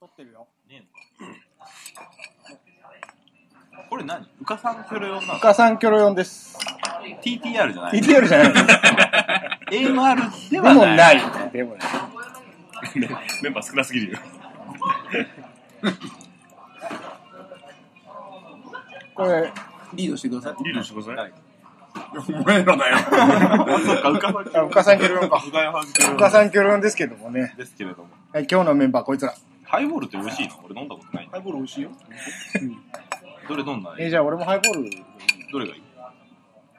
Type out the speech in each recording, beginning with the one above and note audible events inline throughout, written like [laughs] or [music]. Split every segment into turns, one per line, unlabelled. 撮ってるよ。
ねえのか。これ何うかさんキョロ4なの
深さんキョロ4です。
?TTR じゃない
TTR じゃないです。
?AMR で
で
は
も
ない。
ない。でもない。
メンバー少なすぎるよ。
[laughs] これ、
リードしてください。
リードしてください。
お前らだよ。
うかさ
あ深さん
んキョロ
キョロ4か。
うかさんキョロ
深さんキョロ4ですけどもね。
ですけれども。
はい、今日のメンバーこいつら。
ハイボールって美味しいの俺飲んだことない。
ハイボール美味しいよ。
どれ飲んだ
えー
ね
じゃあ俺もハイボール。
どれがいい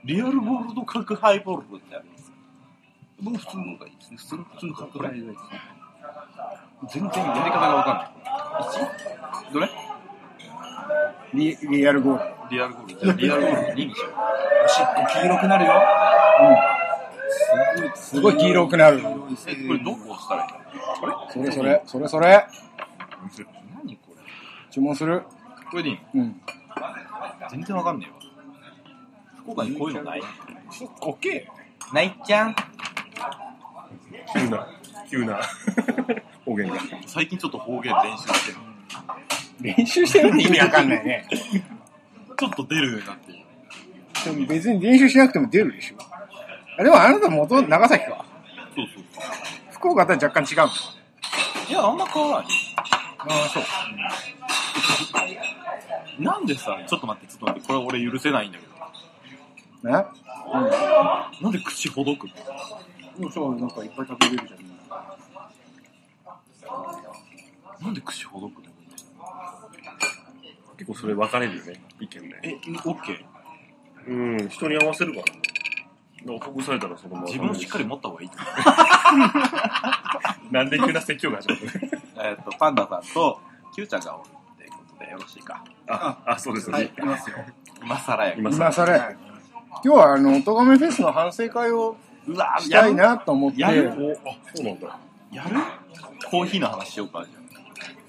リアルボールド角ハイボールってあります
僕普通のがいいですね。普通の、普通のカップラインがいいですね。
全然やり方がわか
どれ
リリアルゴール。
んない。リアルボール。じゃあリアルボールの2にしよう。
おしっこ黄色くなるよ。
すごい黄色くなる。
え、これどこ押したらいいの
それそれ、それそれ。
何これ
注文する。
これでいいの
うん。
全然わかんねえわ。福岡にこういうのない
ちょっとこけ
ないっちゃん。
急な、急な、 [laughs] 方言が。
最近ちょっと方言練習してる。
練習してるって意味わかんないね。
ちょっと出るなっていう。
でも別に練習しなくても出るでしょ。あでもあなた元長崎か。
そうそうそ
福岡とは若干違うの。
う。いや、あんま変わらない。
ああ、そう。
なんでさ、ちょっと待って、ちょっと待って、これ俺許せないんだけど。
ね、
なんで口ほどくの
もうそう、なんかいっぱい食べれるじゃん。
なんで口ほどくの
[laughs] 結構それ分かれるよね、意見ね。
え、オッケー。
うん、人に合わせるから。ほぐされたらそのまま。
自分をしっかり持った方がいい。
なんで急な説教が始まったの
えっと、パンダさんと、キューちゃんがおるってことでよろしいか。
あ、あ、そうですよ
はい、
ね
い。きますよ。
今更や。
今さ、
今それ。今日はあの、おとがめフェスの反省会を
うわ
し
や
たい
る
なと思って、
やる
お、あ、そうなんだ。
やるコーヒーの話しようか、じゃあ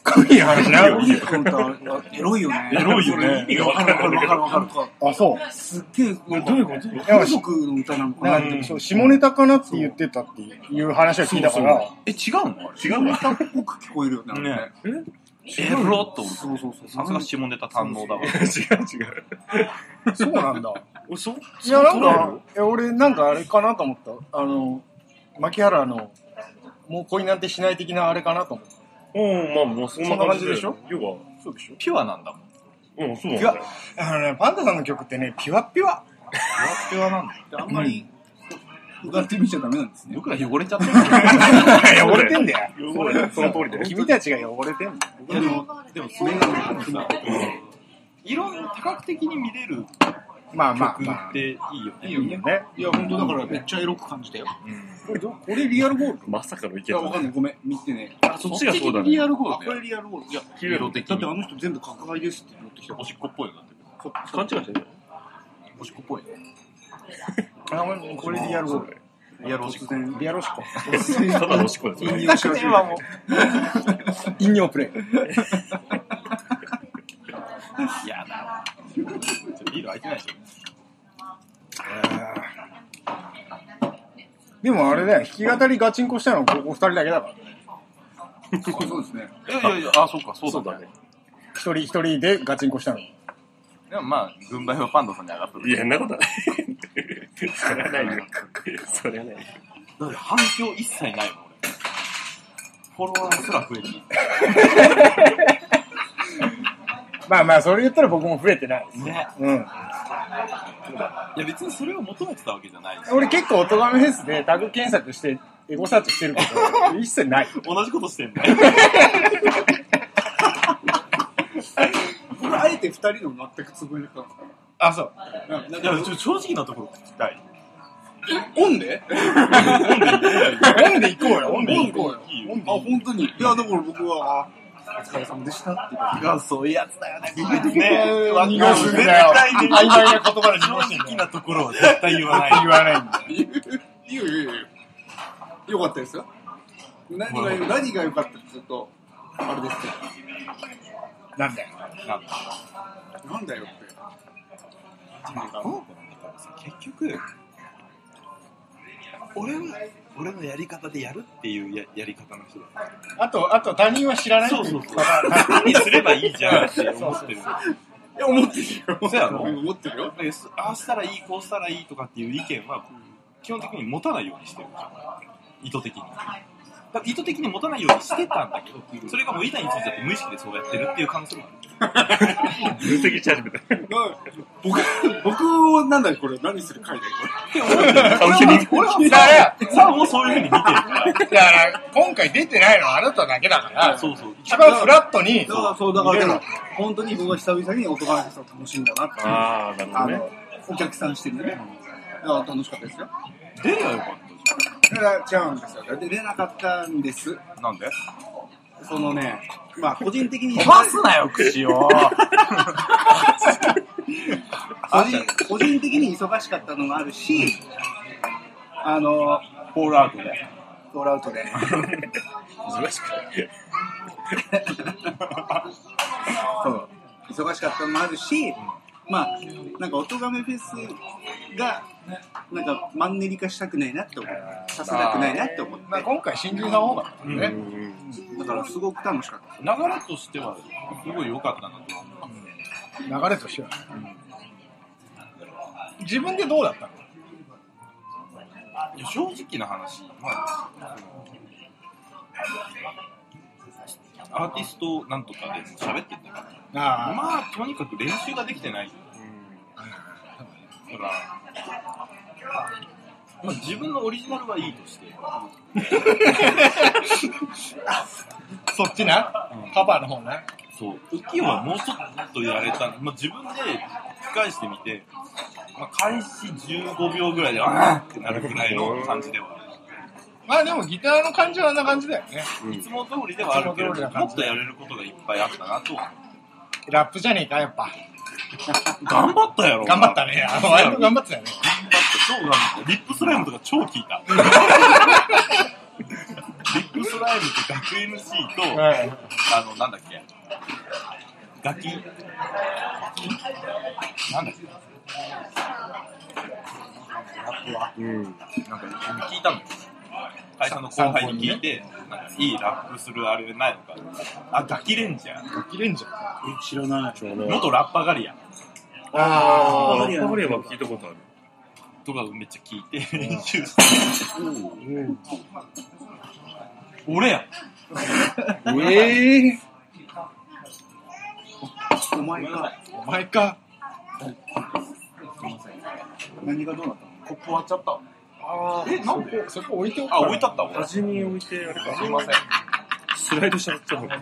神の話な。
本当はエロいよね。
エロいよね
それ意味が分からないんだけど。
わかるか。
あ、そう。
すっげえ、これどういうこと
や
風俗の歌なのか
な
なん
かそう下ネタかなって言ってたっていう話を聞いたから、
え、違うのあ
違うわ。
歌っぽく聞こえるよね。
ねれ。エロっと思って。
そうそうそう。
さすが下ネタ堪能だわ。
違う違う。
そうなんだ。
お、そう
いや、なん
そうな
か
の、
え俺、なんかあれかなと思った。あの、牧原の、もう恋なんてしない的なあれかなと思った。
うん、まあ、まあ、そんな感じだよ
そんな
要は、
そうでしょ
ピュアなんだもん。
うん、そうなん
いや
だよ。
あのね、パンダさんの曲ってね、ピュアピュア。
ピュアなんだ。
あんまり、うがってみちゃダメなんですね。
僕ら汚れちゃってる。
[laughs] 汚れてんだよ。
汚れてるその通りだよ
君たちが汚れてんだよ。
でも、でもそういうのもさ、いろんな多角的に見れる
まあまあ
曲
ま
っ
あ。
ていいよね。いいよね。
ね、
いや、本当だからめっちゃエロく感じたよ。
これど、これリアルゴール
まさかの意
い
見
や、
だ
わか
ね。
んない。ごめん。見てね。
あ、そっちがそうだ
リ
ね。
アルゴール
こ
だよ。
れ
リアルゴール。いや、
色的
だってあ
に。
の人全部角買いですって持ってきた。
おしっこっぽいよなって。
勘違いしてる
おしっこっぽい。
あこれリアルゴール。
リアルおしっこ。
リアルシコ。
ただのおしっこですよ。
引用
[laughs]
し始めた。
インニョプレイ。
いやだ。ちょっとビール開いてないでし
でもあれだよ、弾き語りガチンコしたのはここ二人だけだから。
そうですね。
ょ。いやいやいや、あ、そっか、そ
そうう
だ
だ
ね
ね。。
一人一人でガチンコしたの。
でもまあ、軍配はパンダさんに上がった。
いや、そんなことはない。それはないよ。それはない。
だって反響一切ないもん、俺。フォロワーすら増えてる。
まあまあ、それ言ったら僕も増えてないです。
ね。
うん。
いや、別にそれを求めてたわけじゃないし
俺結構、おとがめフェスでタグ検索して、エゴサーチしてるけど、一切 [laughs] ない。
同じことしてんだ
これ、あえて二人の全くつぶれたんですか
あ、そう。
なんか
いや、ちょ正直なところ聞きたい。
オンで
オンで行こうよ、オンで
オン
行
で行
こ
こうよ。あ、本当に。いや、だから僕は、あお疲れ様でしたって言
いや、そういうやつだよね。
う。ね
わ
濁すんだよ。曖昧な言葉で濁してんだよ。
なところは絶対言わない。
言わないんだよ。
いやいやいやいやよかったですよ。何がよ、何が良かったってちょっと、あれですけ
なんだよ。
ど。なんだよって。
結局、俺は俺のやり方でやるっていうややり方の人だ
あと、あと他人は知らない
そうそうそう [laughs] 何すればいいじゃんって思ってる
いや、思ってるよ。
そうやろ
思ってるよ。
でそああしたらいいこうしたらいいとかっていう意見は基本的に持たないようにしてる意図的にだから意図的に持たないようにしてたんだけどそれがもう板についちゃって無意識でそうやってるっていう可能性もある
分析し始めた。
な僕、僕を、なんだこれ、何する会だよ、
カウンセリング。
[laughs] 俺は
だから、
サウもそういうふうに見てるか
だ
ら
から今回出てないのはあなただけだから、
そうそう
一番フラットに、
これ。だから、そう、だから、でも本当に僕は久々に男の人を楽しんだなっていう。
ああ、なる
あ
ほどね
の。、お客さんしてるね。だから楽しかったですよ。
出ればよかったじ
だから違うんですよ。で出なかったんです。
ゃんなんで
そのね、まあ個人的に、
飛ばすなよ、口を。
個人個人的に忙しかったのもあるし、あの、
ホールアウトで
トールアウトで。
忙しくて。
そう。忙しかったのもあるし、まあ、なんか、おとがめフェスが、なんか、マンネリ化したくないなって思う。させたくないなって思って。
まあ今回、真珠な方が
うん
ね。
だから、すごく楽しかった。
流れとしてはすごい良かったなと
流れとしては、自分でどうだったの
いや正直な話、まあ、そのアーティストなんとかでも喋ってたから、
あ
まあ、とにかく練習ができてない。から、まあ、自分のオリジナルはいいとして、
そっちな、カバーの方な
そう、浮世はもうちょっとやれた、まあ、自分で吹き返してみて、まあ、開始15秒ぐらいで、あーってなるぐらいの感じではある。
まあでもギターの感じはあんな感じだよね
うん
いつも通りではあるけれど、もっとやれることがいっぱいあったなとは
ラップじゃねえかやっぱ
頑張ったやろ。
頑張ったねあの割と頑張ってたよね
超頑張った。リップスライムとか超効 [laughs] いた。リップスライムと学 MC と、あの、なんだっけ。ガキ。なんだっけ。
うん。
なんか聞いたのよ。会社の後輩に聞いて、なんかいいラップするあれないのか。あ、ガキレンジャー。
切れんじゃんあ
知らない。
そうね。
元ラッパガリア
あ
あ
ー、ラッパリアは聞いたことある。
とかをめっちゃ聞いて練習して。俺や。
ええ
お前が、
お前か
何がどうなったの
ここ終わっちゃった。
あ
えなんで
そこ置いておく
あ、置いたった俺。
端に置いて、あれか。
すいません。
スライドしちゃったのか。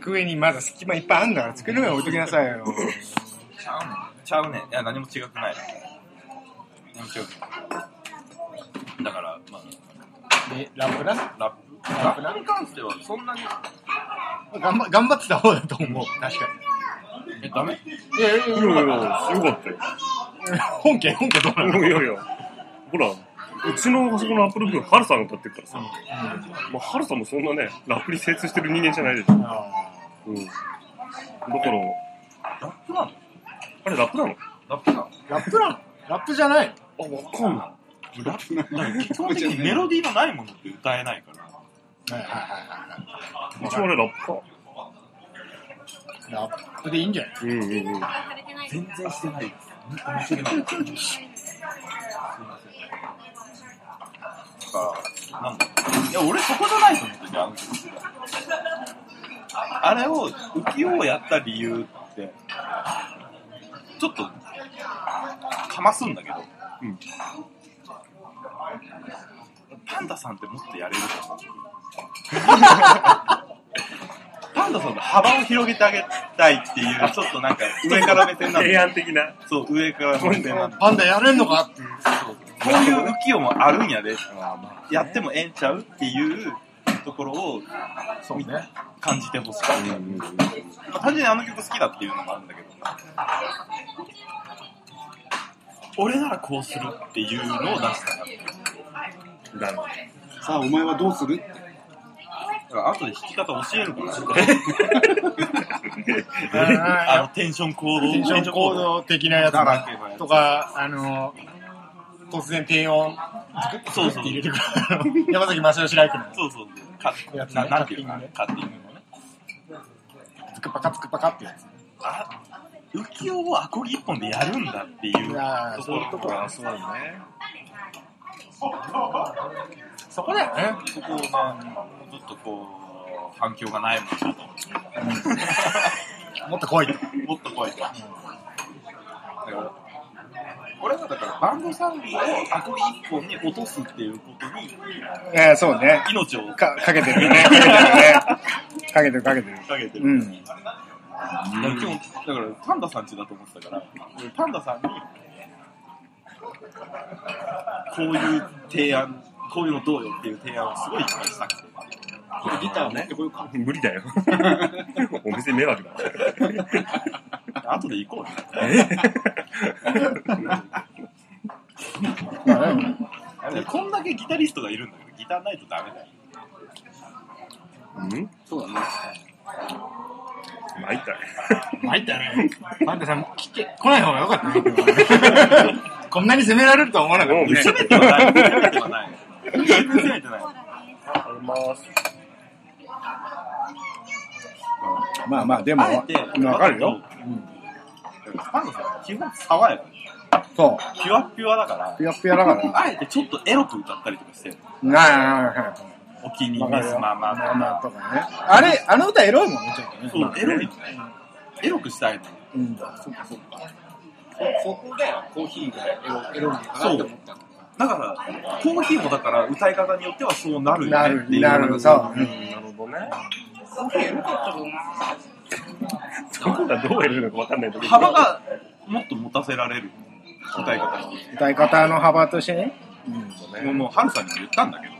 机にまだ隙間いっぱいあんだから机の上に置いときなさい [laughs] よ
ちゃうね。ちゃうね。いや、何も違くない。何も違くない。だから、ま
えラップな
あ、ラップ。ラップに関しては、そんなに。
頑張頑張ってた方だと思う確か
え、ダメ
にいやいやい
いやいやいや、よかったよ。
本家本家どうなの
いやいや、ほら、うちのあそこのアップルブルハルさんが歌ってるからさ、まあ、ハルさんもそんなね、ラップに精通してる人間じゃないでしょ。うん。だから、
ラップなの
あれラップなの
ラップなの
ラップなのラップじゃない
あ、わかんな。
ラップだから基本的にメロディーのないものって歌えないから。
はいはいはい
一応あれラッパ。
いラップでいいんじゃない
うんうんうん。
全然してないです。申し訳ない。すいません。だから、なんだいや、俺そこじゃないと思ってて、あの人あれを、浮世をやった理由って、ちょっと、かますんだけど、
うん
パンダさんってもっとやれるかパンダさんの幅を広げてあげたいっていう、ちょっとなんか上から目線なんで
提案的な。
そう、上から目線なんで
パンダやれんのかっていう
こういう浮世もあるんやで、
あま
やってもええんちゃうっていうところを
あそうね
感じてほしかった。
うんうんうん
まあ、単純にあの曲好きだっていうのもあるんだけど、俺ならこうするっていうのを出したかっ
なるほど。
さあ、お前はどうするって。
から後で弾き方教えるから、
[laughs]
あ
あ
の、テンション行動。
ーテンション行動的なやつ
だらけのやつ
とか、あの、突然低音
そう
っ
そ
て
う。
入れるから、あの山崎正義ライクの
そうそう。カ
やつ
ッ
ね
ななんていうかな、カッティングのね。
つくぱかつくぱかってやつ。
あ、浮世をアコギ一本でやるんだっていう
ああ、
とこ
そういうと
ろと
こは
か、
すごいね。そこだよね。
そこをまあ、もうちょっとこう、反響がないもんちょっと
もっと来いと。
もっと怖いと。だから俺はだからバンドサウンドをアコギ一本に落とすっていうことに
ええ、そうね。
命を
か、かけてるよね。かけてるよね。かけてる、かけてる。
かけてる。
うん。
だから今日、だからパンダさんちだと思ってたから、俺パンダさんに、こういう提案、こういうのどうよっていう提案をすごいいっぱいしたくて。
これギター持ってこようか。
無理だ [laughs] よ。お店迷惑だ。
後で行こうね。
まあでも
あ [laughs] れこんだけギタリストがいるんだけど、ギターないとダメだよ。
うん
そうだね。
参ったね。
参ったね。パンダさん、来て、来ない方が良かったね。 [laughs] こんなに責められるとは思わなかっ
もう
たね。
攻
攻めてはない。攻めて
[laughs]
はない。全然攻めてない。
あります。
まあまあ、で
あえて、
わかるよ。
パンダさん、基本爽やか。
そ
ピュアピュアだから
う。、ピヤピヤだから。
あえてちょっとエロく歌ったりとかしてる。
なあ、
お気に
わか
入り
る
です、
よ。
まあまあ
まあまあとかね。あれ、あの歌エロいもんね、ちょっとね。
そう、エロい。エロくしたいの。
うん。
そっかそっか。そこだよ、コーヒーがエロエロなのかなって思ったの。
だから、コーヒーもだから歌い方によってはそうなる
な
よね
る
っ、ていう。
なる、そう。うん
なるほどね。
コーヒーエロかったろうな。
どこがどうやるのかわかんないんだけど。
幅がもっと持たせられる歌い方に。
歌い方の幅としてね。
もう、もうハルさんにも言ったんだけど、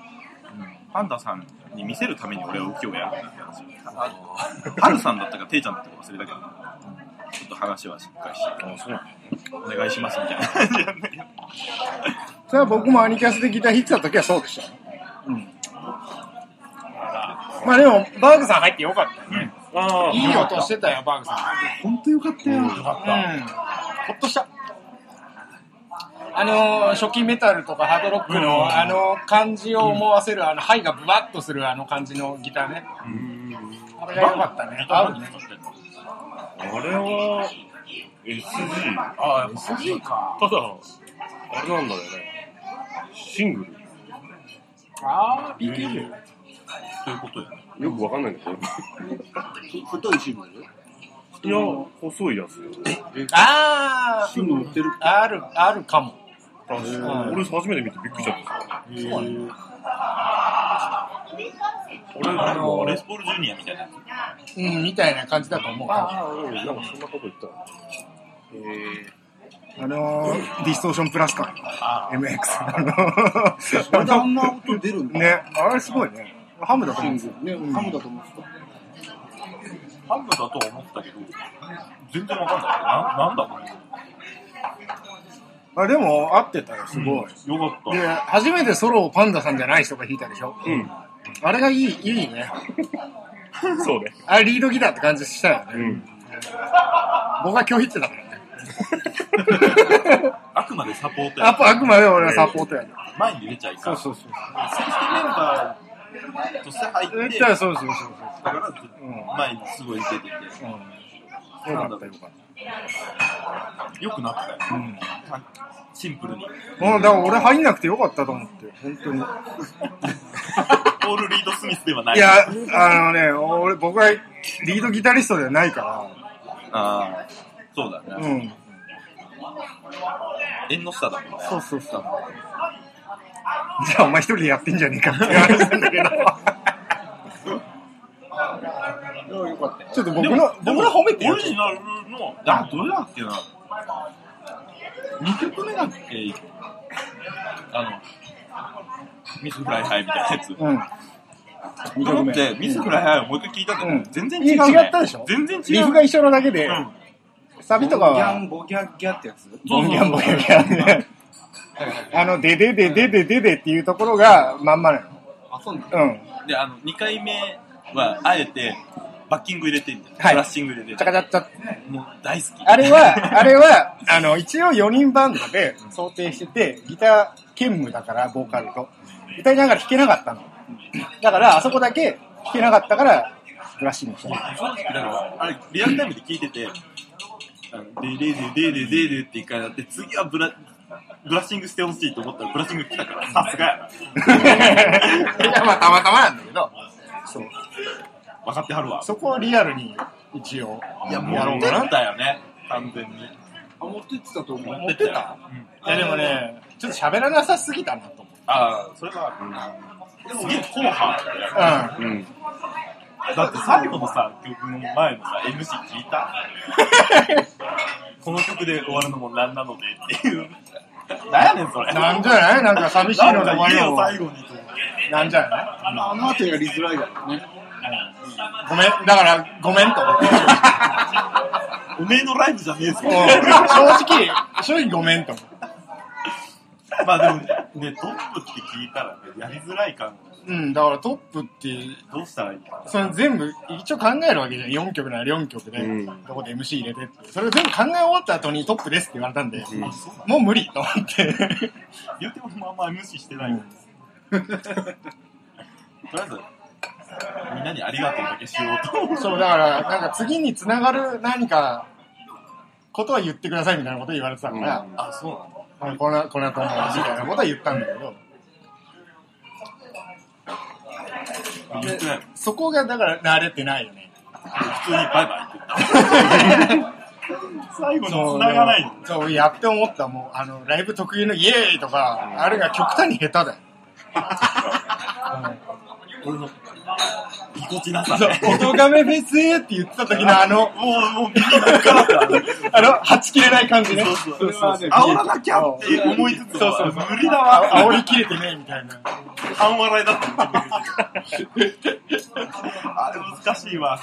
パンダさんに見せるために俺は浮世をやるんだって話をした。ハルさんだったか、テイちゃんだったか忘れたけど、ちょっと話はしっかりして、
あ、そうなの
お願いしますみたいな感じなんだけど。
それは僕もアニキャスでギター弾いてた時はそうでしたよ。うん。まあでも、バーグさん入ってよかったよね。
ああ、
いい音してたよ、バーグさ
本当よかったよ。
ん。うん。ほっとした。あのー、初期メタルとかハードロックの、あのー感じを思わせる、あの、肺がブワッとするあの感じのギターね。あれがよかったね。合うね。
あれは、SG。
ああ、SG か。
ただ、あれなんだよね。シングル。
ああ、
いけるということやね。
よくわかんないんだけど。
太いシングル
いや、細いやつ。
あ
シングル売ってる
あ、ある、あるかも。
あ俺初めて見てびっくりしちゃった。俺、
あ
あ
の、レ
れ
スポールジュニアみたいなやつ。
うん、みたいな感じだと思う。あ
ああ、うんなんかそんなこと言ったら。え
のー、ディストーションプラス感。MX。あ
それであんな音出るん
の、
だ。
ね、あれすごいね。ハムだと
シ
思うん
ン
ですよ。
グルね、ハムだと思ってた。
ハムだとは思ったけど、全然わかんない。な、なんだこれ。
あ、でも、合ってたよ、すごい。
よかっ
で、
た。
初めてソロをパンダさんじゃない人が弾いたでしょ
うん。
あれがいい、いいね。
そうね。
あれリードギターって感じしたよ
う
ね。
ん。
僕は拒否ってたからね。 [laughs]
あくまでサポート
あ
や。
あくまで俺はサポートやね。
前に出ちゃいかん。
そうそう。
正式メンバーとして入
言
っ、
ってたら
だ
そうそうそう
から
ん
前にすごい出てて、
そう。うん。よかったよかっ
良くなったよ。
た。うん。
シンプ
[laughs]
ルに。
もうだから俺入んなくてよかったと思って、本当に。
ポール・リード・スミスではない。
いや、あのね、俺、僕はリードギタリストではないか
あーそうだ
ら。
ね。
うん。
縁の下だもんね。
そうそうそう。じゃあお前一人でやってんじゃねえかって話なんだけど。
よかったよ。
ちょっと僕の、僕の褒めて
オ
よ
リ。ジナルの、あ、どれだっけな。2曲目だっけあの、ミス・フライ・ハイみたいなやつ。
うん。
と思って、ミス・フライ・ハイをもう一回聞いたんだけど、
うん
全然
い
違
や
う、ね。
違ったでしょ
全然違う。
リフが一緒なだけで
う、ん
サビとかは、
ボギャン、ボギャギャってやつ
ボンギャンボンギャンね。あの、でででででででっていうところがまんまなの。
あ、そうなの
うん。
で、あの、2回目は、あえて、バッキング入れてんだよ。
はい
ブラッシング入れ
チ
て
ャ。カチャッチャッ
もう大好き。
あれ [laughs] は、あれは、あの、一応4人バンドで想定してて、ギター兼務だから、ボーカルと。歌いながら弾けなかったの。だから、あそこだけ弾けなかったから、ブラッシングした。
正直だから、あれ、リアルタイムで聞いてて、あのでででででででって一回やって、次はブラ、ブラッシングしてほしいと思ったら、ブラッシング来たから、さすがやな。
いや、まあ、たまたまなんだけど、そう。
分かってはるわ。
そこをリアルに、一応、
いや、もう
やろ
持
う
って
か
っ
な。
たよね、完全に。
あ、持ってってたと思う。
持ってた
いや、でもね、ちょっと喋らなさすぎたなと思って。
ああ、それは、うんすげえ後半だよね
うん。
うん。
だって最後のさ、曲の前のさ、MC 聞いたこの曲で終わるのもなんなのでっていう。なんやねん、それ。
なんじゃないなんか寂しいので
な
終
ん
わ
か
りよ。
言えよ、最後にと思って。
なんじゃない
まあ、あの後やりづらいだろうね。
ごめん、だから、ごめんと思って。
おめえのライブじゃねえぞ。
もう [laughs] 正直、正直ごめんと思って。
まあでもね、トップって聞いたらね、やりづらい感
うん、だからトップって、
じ、どうしたらいいか
その全部、一応考えるわけじゃん。4曲なら4曲で、
うん
どこで MC 入れてって。それを全部考え終わった後にトップですって言われたんで、
な。あ、そうだ。
もう無理と思って。
言うてもまあんま MC してないから
[laughs]
とりあえず、みんなにありがとうだけしようと思う。
そう、だから、なんか次につながる何か、ことは言ってくださいみたいなこと言われてたから、
あ、そうなの
まあこの、この後も、みたいなことは言ったんだけど、
言ってないの
そこがだから慣れてないよね。
普通にバイバイって言った。最後に繋がないの。
そう、そうやって思った、もう、あの、ライブ特有のイエーイとか、あれが極端に下手だよ。
俺の、ぎこちなさ
そう
ね。、
音亀フェスーって言ってた時のあの、
もう、もう、耳がからさ。
あの、はち切れない感じね。
そうそう
それはね
煽らなきゃって思いつ
そ
つ、
うそうそう
無理だわ。
あ煽り切れてねえみたいな。
半笑いだったんだけど [laughs] あれ難しいわ。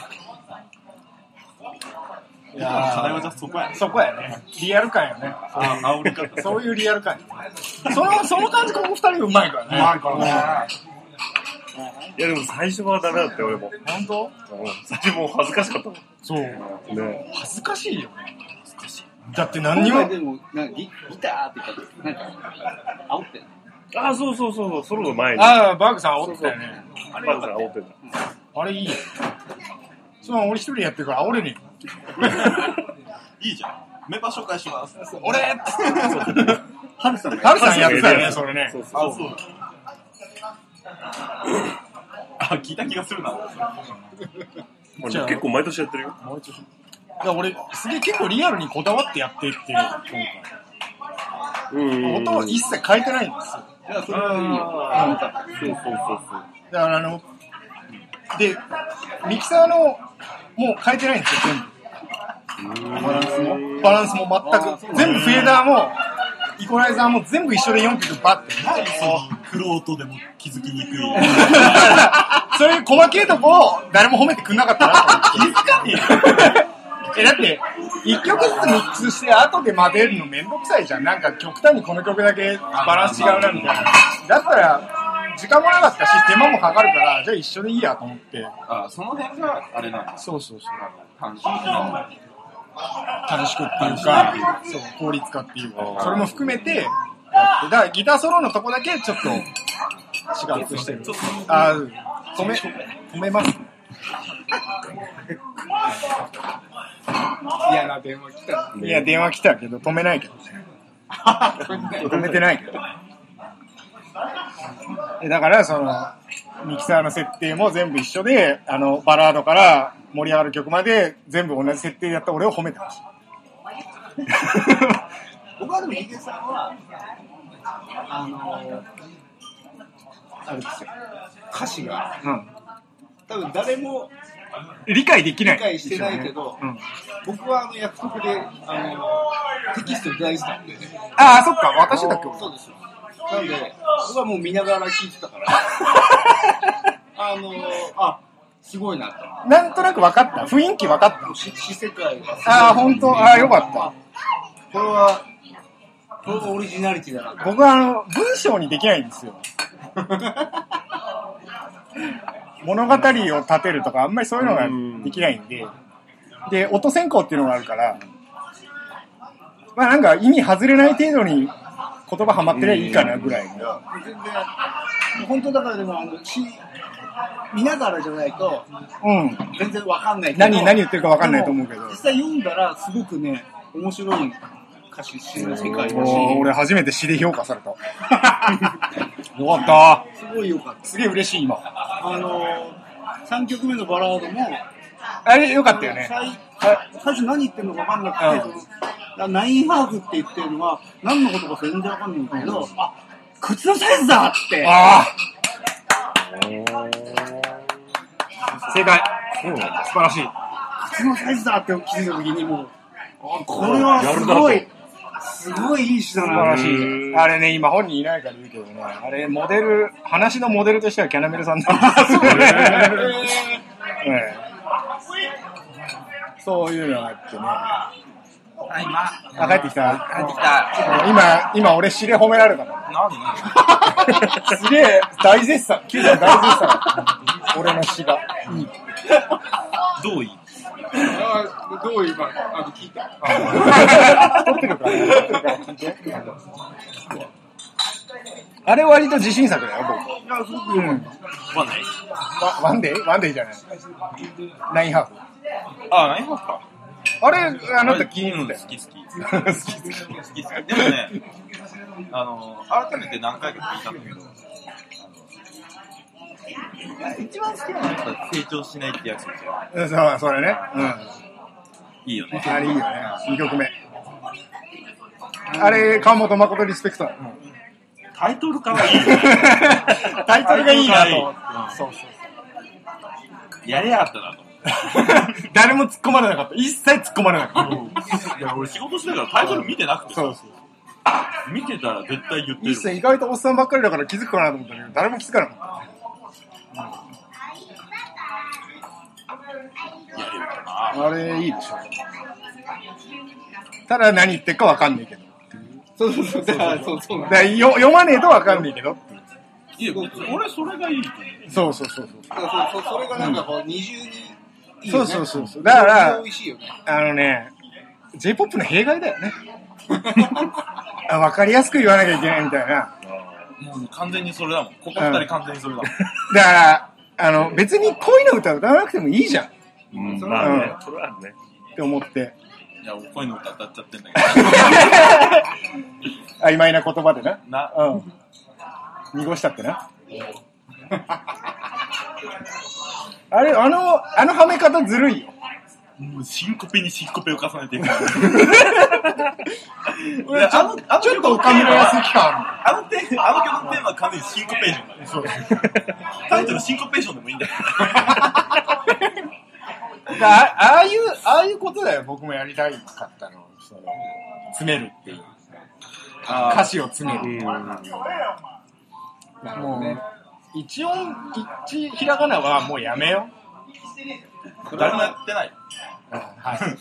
いや課題はじゃあそこやね。
そこやね。リアル感よね。
あ、煽り方。
そういうリアル感よね。その、その感じ、この二人うまいからね。うまいからね。
いや、でも最初はダメだって、俺も。
本当
うん最初もう恥ずかしかったも
そう。
ん。ね
恥ずかしいよね。だって何に
今
も
回、でも、なんかギギターって言ったら、なんか、煽ってんの
あ、そうそうそうそう、ソロの前に。
ああ、バーグさん煽ってたよね。
あれだから煽ってた。
あれいいよ。そう、俺一人でやってるから煽れね
いいじゃん。メンバー紹介します。
え。俺
ハルさんが
ハルさんやってたよね、それね
そ。うそう。
あ、そう。あ、聞いた気がするな。
俺結構毎年やってるよ。
だから俺、すげえ結構リアルにこだわってやってってる、今
うんうんうん。
回。音を一切変えてないんですよ。
いや、それはいいよ。あんた
そうそうそうそう。
だからあの、で、ミキサーの、もう変えてないんですよ、
バランスも。
全部。バランスも全く。全部フェーダーも、イコライザーも全部一緒で4曲バッて。 [laughs]
クロートでも気づきにくい。
そういう細けいとこを誰も褒めてくんなかったなと思って
気づかねえよ。
[laughs] え、だって、一曲ずつミックスして、後で混ぜるのめんどくさいじゃん。なんか極端にこの曲だけバランス違うな、みたいな。だったら、時間もなかったし、手間もかかるから、じゃあ一緒でいいやと思って。
あ、その辺が、あれなんだ。
そうそうそう。
楽しみなんだ。
楽しくっていうか、そう、効率化っていうか、それも含めて、やってだからギターソロのとこだけちょっと、違くしてる。あー、止め、止めます。
嫌な電話来た。
いや、電話来たけど、止めないけど [laughs] ね。止めてないけど。えだから、その、ミキサーの設定も全部一緒で、あの、バラードから盛り上がる曲まで全部同じ設定でやった俺を褒めてまし
僕はでも、ヒゲさんは、あのー、あれですよ。歌詞が、
た。うん。
多分誰も
理解できない。
理解してないけど、
うん。
僕はあの約束で、あの、テキスト大事なんでね。
ああ、そっか、私だっけ、俺
そうですよ。なんで、僕はもう見ながら聞いてた
[laughs]
から、あの、あ、すごいなと。
なんとなく分かった。雰囲気分かった。
し死世界がすごい。
ああ、本当ああ、よかった。
これは、これがオリジナリティだなと。
僕はあの、文章にできないんですよ。物語を立てるとか、あんまりそういうのができないんで、で、音選考っていうのがあるから、まあなんか意味外れない程度に言葉ハマってりゃいいかなぐらいの。
全然、本当だからでも、あの、し見ながらじゃないと、
うん。
全然わかんないけど。
何、何言ってるかわかんないと思うけど
でも。実際読んだら、すごくね、面白い歌詞、詩の世界だし、
おー俺初めて詩で評価された。よかった。
すごい良かった。
すげえ嬉しい今。
あのー、3曲目のバラードも、
あれよかったよね。
最最初何言ってるのか分かんなくて、そのナインハーフって言ってるのは、何のことか全然分かんないんだけど、あ、靴のサイズだって。
ああ。正解。
素晴らしい。
靴のサイズだって気づいた時にもう、あこれはすごい、すごいいい詩だ
素晴ら
な。
し
う
い。
ん
あれね、今本人いないから言うけどね、あれ、モデル、話のモデルとしてはキャナメルさんなんですよね。ええ [laughs] そういうのがあってね。あ、今。帰ってきた。帰ってきた。今、今俺、知れ褒められたから。
何
すげえ、大絶賛。九ちゃん大絶賛。俺の詩が。
どういい
あどう今、あの、聞いた。
撮ってるから、撮ってるから聞いて。あれ割と自信作だよ、僕。
いやすごく良かった。
わない
ワワンデイワンデイじゃない。ナインハーフ。
あ、何ですか
あれ、あなた気に
う
入っ
ん
た
好
よ。
き好き。
好き好き。
好き好き。でもね、あの、改めて何回か聞いたんだけど、あの一番好きなのはやっぱ成長しないってやつですよ。
うんそう、それね。うん。
いいよね。
あれいいよね。2曲目。あれ、川本誠リスペクトだ。
タイトルかわいいよね。
タイトルがいいなと思って。
と。そうそう。やりやがったなと思って。
誰も突っ込まれなかった。一切突っ込まれなかっ
いや、俺仕事しながらタイトル見てなくて
た。
さ
そうそう。
見てたら絶対言って
一切
る。
意外とおっさんばっかりだから気づくかなと思ったけど、誰も気づかなかった。
やりやがったな。
あれ、いいでしょ。ただ何言ってるかわかんないけど。
そうそうそう。そうそう
だからよ読まねえとわかんないけど。
いや、俺それがいいと思う。
そうそうそうそう。
だからそうそうそれがなんかこう、二重にいいよ
そう
ね。
そうそうそう。だから
美、味しいよね。
あのね、J-POP の弊害だよね。あわかりやすく言わなきゃいけないみたいな。
もう完全にそれだもん。ここ二人完全にそ
[laughs]
れだもん。
だから、あの、別に恋の歌歌わなくてもいいじゃんっ
うん、
それ
ま
は
あ
ね
ね、それはね。
て思って、
いや、俺恋の歌歌っちゃってんだけど。
曖昧な言葉でな。
な、
うん。濁したってな。 [laughs] あれ、あの、あのはめ方ずるいよ。
もうシンコペにシンコペを重ねて [laughs] いくから。
俺ちょ
あの
ちょっと岡村康之感あるの。
あのテーマ、あの曲のテーマは完全にシンコペーションだね。タイトルシンコペーションでもいいんだよ。
だからあああいう、ああいうことだよ、僕もやりたいかったの。その詰めるっていう。歌詞を詰める。もう、一音、一ひらがなはもうやめよ
誰もやってない。
う。はい。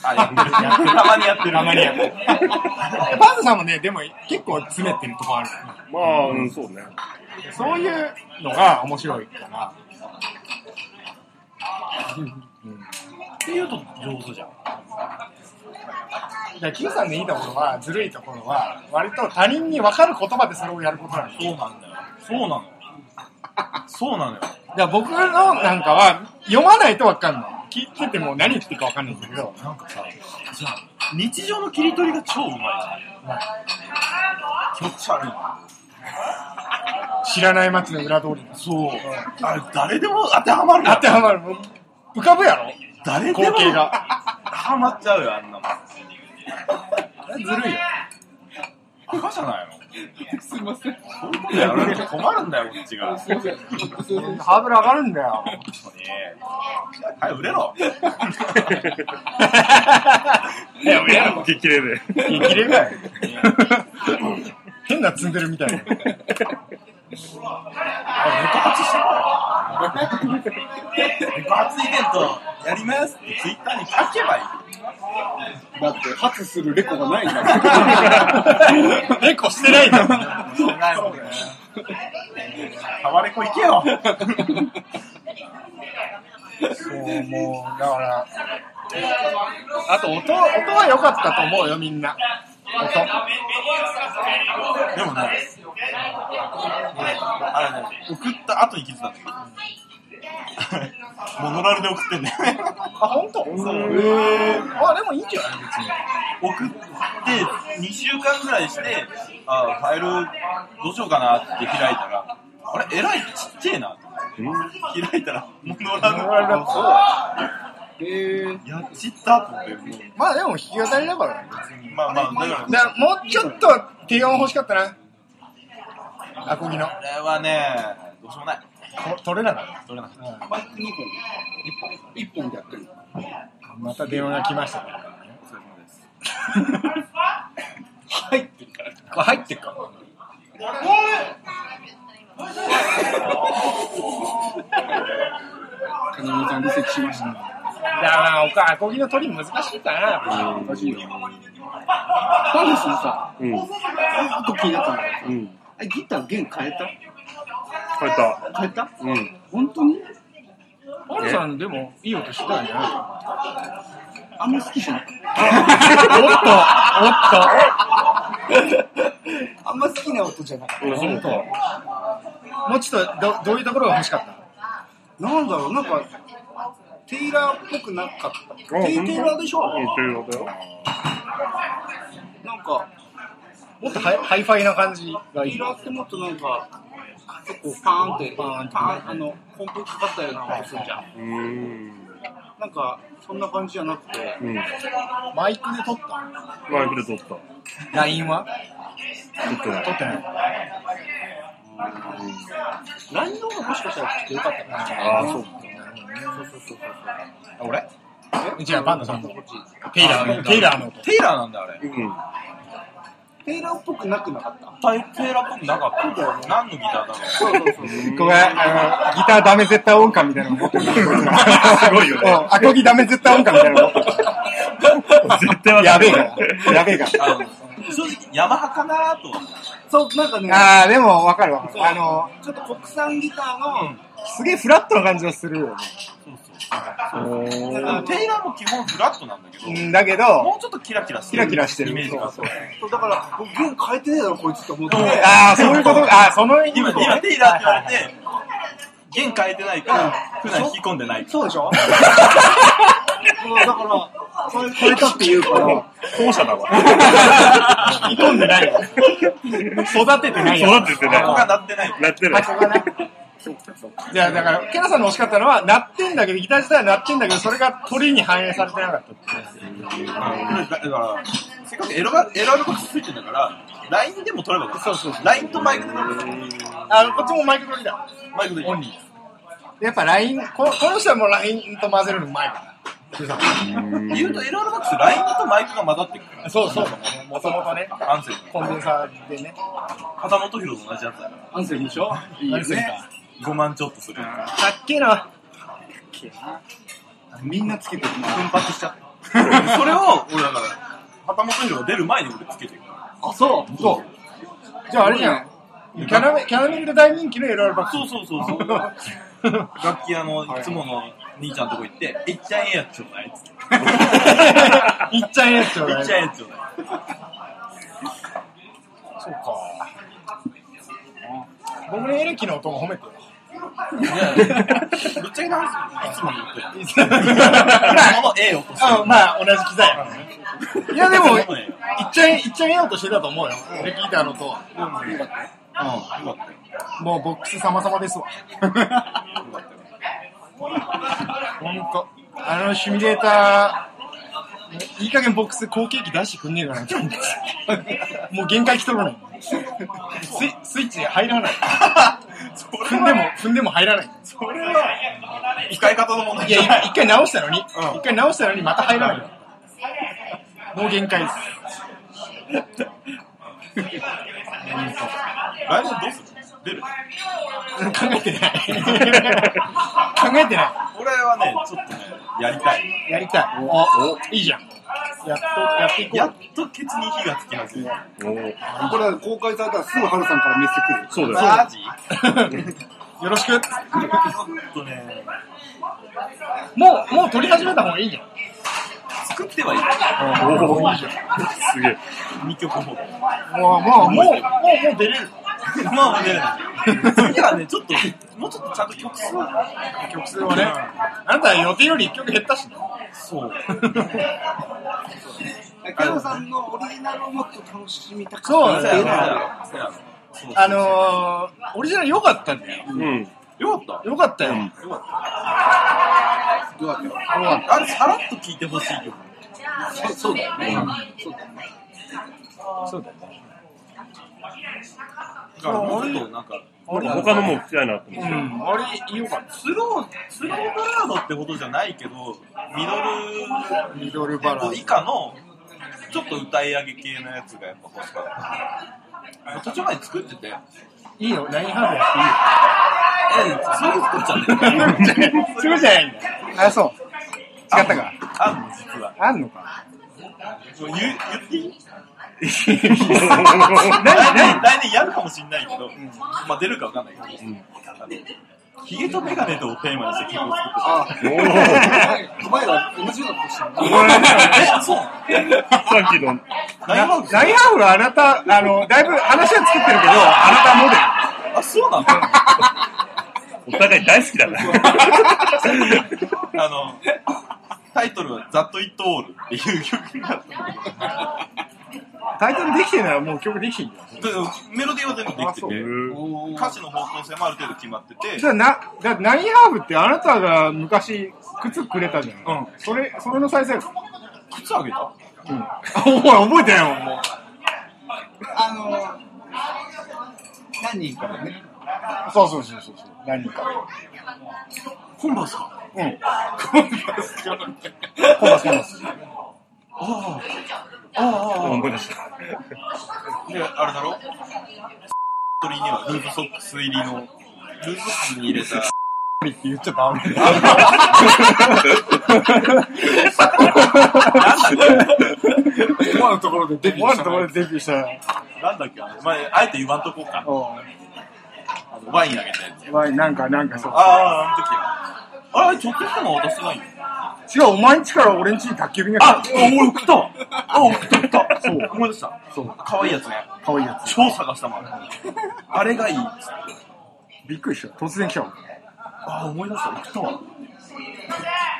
あ、やってる。たまにやってる。
たまにやってるパンダさんもね、でも結構詰めてるとこある。
まあ、うん、そうね。
そういうのが面白いかな。
って言うと上手じゃん。
だから、キヨさんのいいところは、ずるいところは、割と他人に分かる言葉でそれをやることなんですよ
そうなんだよ。そうなの。そうなのよ。
だから僕のなんかは、読まないと分かんない。聞いてても何言ってるか分かんないんだけど、
なんかさ、じゃあ、日常の切り取りが超うまいじゃん。気持ち悪い。
知らない街の裏通りの。
そう。あれ、誰でも当てはまるよ
当てはまる。浮かぶやろ
誰で
光
も
景が。
ハマっちゃうよ、あんなもん。
あれずるいよ。
バカじゃないの
すいません。
そういうことやられて困るんだよ、こっちが。
すいません。ちょっとすいません。
ハードル上がるんだよ。
本当にはい、売れろ。
いや、いや、激励で。
激励かい。 [laughs] 変な積んでるみたいな。
爆発してこい。爆発イベントやりますってツイッターに書けばいい。
だって、ハツするレコがないんだから。
猫してないんだ
そうないもんね。タワレコ行けよ。
そう、もう、だから、あと音、音は良かったと思うよ、みんな。
でもね、あれね、送った後に気づいたんだけど。モノラルで送ってんだよね。
あ、本当へーあ、でもいいんじゃない別に。
送って、2週間ぐらいして、あファイルどうしようかなって開いたら、あれ、えらいちっちゃいなと思って。開いたら、モノラルだやっちったと思って。
まあでも弾き語りだからね。
まあまあ、だから、
だからもうちょっと低音欲しかったな。アコギの。
これはね、どうしようもない。
こ取れなかった。
取れなかった。
バック2本。1本。1本でやってる。
また電話が来ましたね。
お疲れ様です。
入ってる。
これ入ってっか。
金森さん、離席しました。
だからおかアコギの取り難しいからな。
おかしいよ。
パンスさ、
うん。うん。
ずっと気になったんだけどさ
うん。
あギター弦変え
変えた。
た変えた
うん。
本当に
オルさんでもいい音してたんじゃない
あんま好きじゃない。 [laughs] あんま好きな音じゃない。
うんそうか。
もうちょっとどどういうところが欲しかった
なんだろう、なんか、テイラーっぽくなかった。テ
あ
イテイラーでしょ
うん、テイラーだよ。
なんか、
もっとハイハイファイな感じがい
テイ
い。
ラーってもっとなんか、結構パーンって、
パ
パ
ーン
ー
っ
ン
て
あの、コンプかかったような音するじゃん。
うーん。
なんか、そんな感じじゃなくて、
うん。
マイクで撮った
マイクで撮った。
ラインは
撮ってない。
撮ってない。
ラインの方がもしかしたら来てよかったかな。
ああ、そうか。
そうそうそう
俺
じゃあパンダさんの
そう。こっち
テイラーの、テイラーの音。
テイラーなんだ、あれ。
うん。
テイラーっぽくなくなかった。
タイテイラーっぽくなかった。何のギターだろう
そうそうそう。
これ、あの、ギターダメ絶対音感みたいなの持ってる。す
ごいよね
アコギダメ絶対音感みたいなの持って
絶対
る。やべ
[laughs]
えが
か。
やべえが。
あの正直、ヤマハかなとは思っ
そう、なんかね、
ああ、でもわかるわかる。あの、
ちょっと国産ギターの、
すげえフラットな感じはするよね。
たあのテイラーも基本フラットなんだけど、
うんだけ
も
ど、
うちょっとキラキラして
キ
る
ラキラしてる
イメージがあった。
そうだから、僕弦変えてねえだろ、こいつって思って。
ああ、そういうことああ、その意味
今、
で。
今テイラーって言われて、弦変えてないから、普段引き込んでない。
そうでしょそうだから、これ変えたって言うから、
後者だわ。
煮込んでないわ。 [laughs] 育ててないや
育
ん。
ててな
箱が
い。
鳴ってない。
なってない。
じゃあだから、ケナさんの惜しかったのは、鳴ってんだけど、ギター自体は鳴ってんだけど、それが鳥に反映されてなかったって
だから、せっかくエロが、エロアルコついてんだから、LINE でも撮ればよかった。そうそう。LINE とマイクで撮ればよかっ
あ、こっちもマイク取りだ。
たマイクで。
オンリーです。やっぱ LINE、ここの人はもう LINE と混ぜるのうまいか
言うとエロアルボックス、LINE とマイクが混ざってくる
ら。そうそうだね。もともとね、
アンセム。
コンデンサーでね。
旗本博と同じやつだから。
アンセムでしょ
いいですね。
5万ちょっとする。
かっけえな。
みんなつけてる。
奮発しちゃって。それを、俺だから、旗本博が出る前に俺つけてる。
あ、そう
そう。じゃああれじゃん。キャラメキャラメルで大人気のエロアルバック。
そうそうそうそう。楽器屋のいつもの兄ちゃんとこ行って、いっちゃええやつちょうだいっつって。
[laughs] いっちゃえやつよ、
いっちゃ
ね。
ええやつちょうだい。
そうか。僕のエレキの音も褒めてよ。
ぶっちゃけな話、いつもの音や。い
ま
つも
あ
のええ音して
あ、まあ、同じ機材やからね。いや、でも、いっちゃえ、いっちゃえようとしてたと思うよ。エレキギターの音は。
る。よかったよ
もうボックス様々 [laughs] ですわ。ほんと。あのシミュレーター、いい加減ボックス後継機出してくんねえかなって [laughs] 思ってもう限界来とるのに。スイスイッチ入 [laughs] らない。踏んでも、踏んでも入らない。
それは、使い方の問題
い
じゃな
や、
い。
一回直したのに、
ん
一回直したのにまた入らないの。もう限界です。
来年どうする出る
考えてない。考えてな
俺はね、ちょっとね、やりたい。
い。やりたい。おいいじゃん。やっと、やっていこう
やっとケツに火がつきますよ。
おー
これは公開されたらすぐハルさんからメッセ来る。
そうだよ。
マジ
よろしく。
っとね、
もう、もう撮り始めた方がいいよ。
作ってはいる。
おお、すげえ。
2曲も。
もう、もう、もう、もう、もう出れる。
[laughs] まあね、次はね、ちょっと、もうちょっとちゃんと曲数
曲数はね。あなた予定より1曲減ったしね。
そう。
キャロさんのオリジナルをもっと楽しみたかった
そう
っ
なん
て
だ
いう
よ
のはある
あのー、オリジナル良かったんだよ。
うん。
よかっ
良かったよ。
た。よかった。あれ、さらっと聴いてほしい曲。
そうそうだよね。
だから、もっとなんか、
他のも聞きたいなと思
う
って。
ん、あれ、良かった。
スロー、スローバラードってほどじゃないけど、ミドル、
ミドル
え
バ
っ
ラ
と、以下の、ちょっと歌い上げ系のやつがやっぱ欲しかった。途中まで作って [laughs] て、え、
いいよ、ラインハーフや
そういう作っちゃっ
ってい
[laughs]
いよ。すぐじゃないんだよ。あ、そう。違ったか。
た。あんの、実は。
あんのか。
もう言う言っていい
あ
来年、来年やるかもしれないけど、まあ出るかわかんないけど、あのヒゲとメガネとをテーマにして曲を作ってた。
お前ら同じようなことしてる
え、そう
さっきの、
ライブハウス
ラインハーフはあなた、あの、だいぶ話は作ってるけど、あなたモデル。
あ、そうなんだ。
お互い大好きだな。
あの、タイトルは That It All っていう曲があって
タイトルできてんならもう曲できてんじゃん。
でメロディーは全部できて
あそう
て、
うん
歌詞の方向性もある程度決まってて
じ、ゃあな、だナインハーフってあなたが昔靴くれたじゃん。うん。それ、それの再生。うん。
靴あげた
あ、おい、覚えてないもん、もう。
あの、何人かでね、
そうそうそうそう。そう何人か。
コンバースか。
うん。
あ
思い出した。
あ。で、あれだろ鳥にはルーズソックス入りの、ルーズソックスに入れた、
って言っちゃダメだよ。
思わぬところでデビューした
ところでデビューしたら、
なんだっけ、あれ、まあ、あえて言わんとこうか。あのワインあげたやつ。
お前なんか、なんかそう。
ああ、あの時は。あれ、ちょっとしたの渡してないよ。
違う、お前んちから俺んちに宅急便が
あ
来、
俺送ったあ、送った送ったそう、思い出した。
そう
可愛いやつね。
た。かわいいやつ。
超探したもん。あれがいいっつって。
びっくりした。突然来たもん。
あ、思い出した。送ったわ。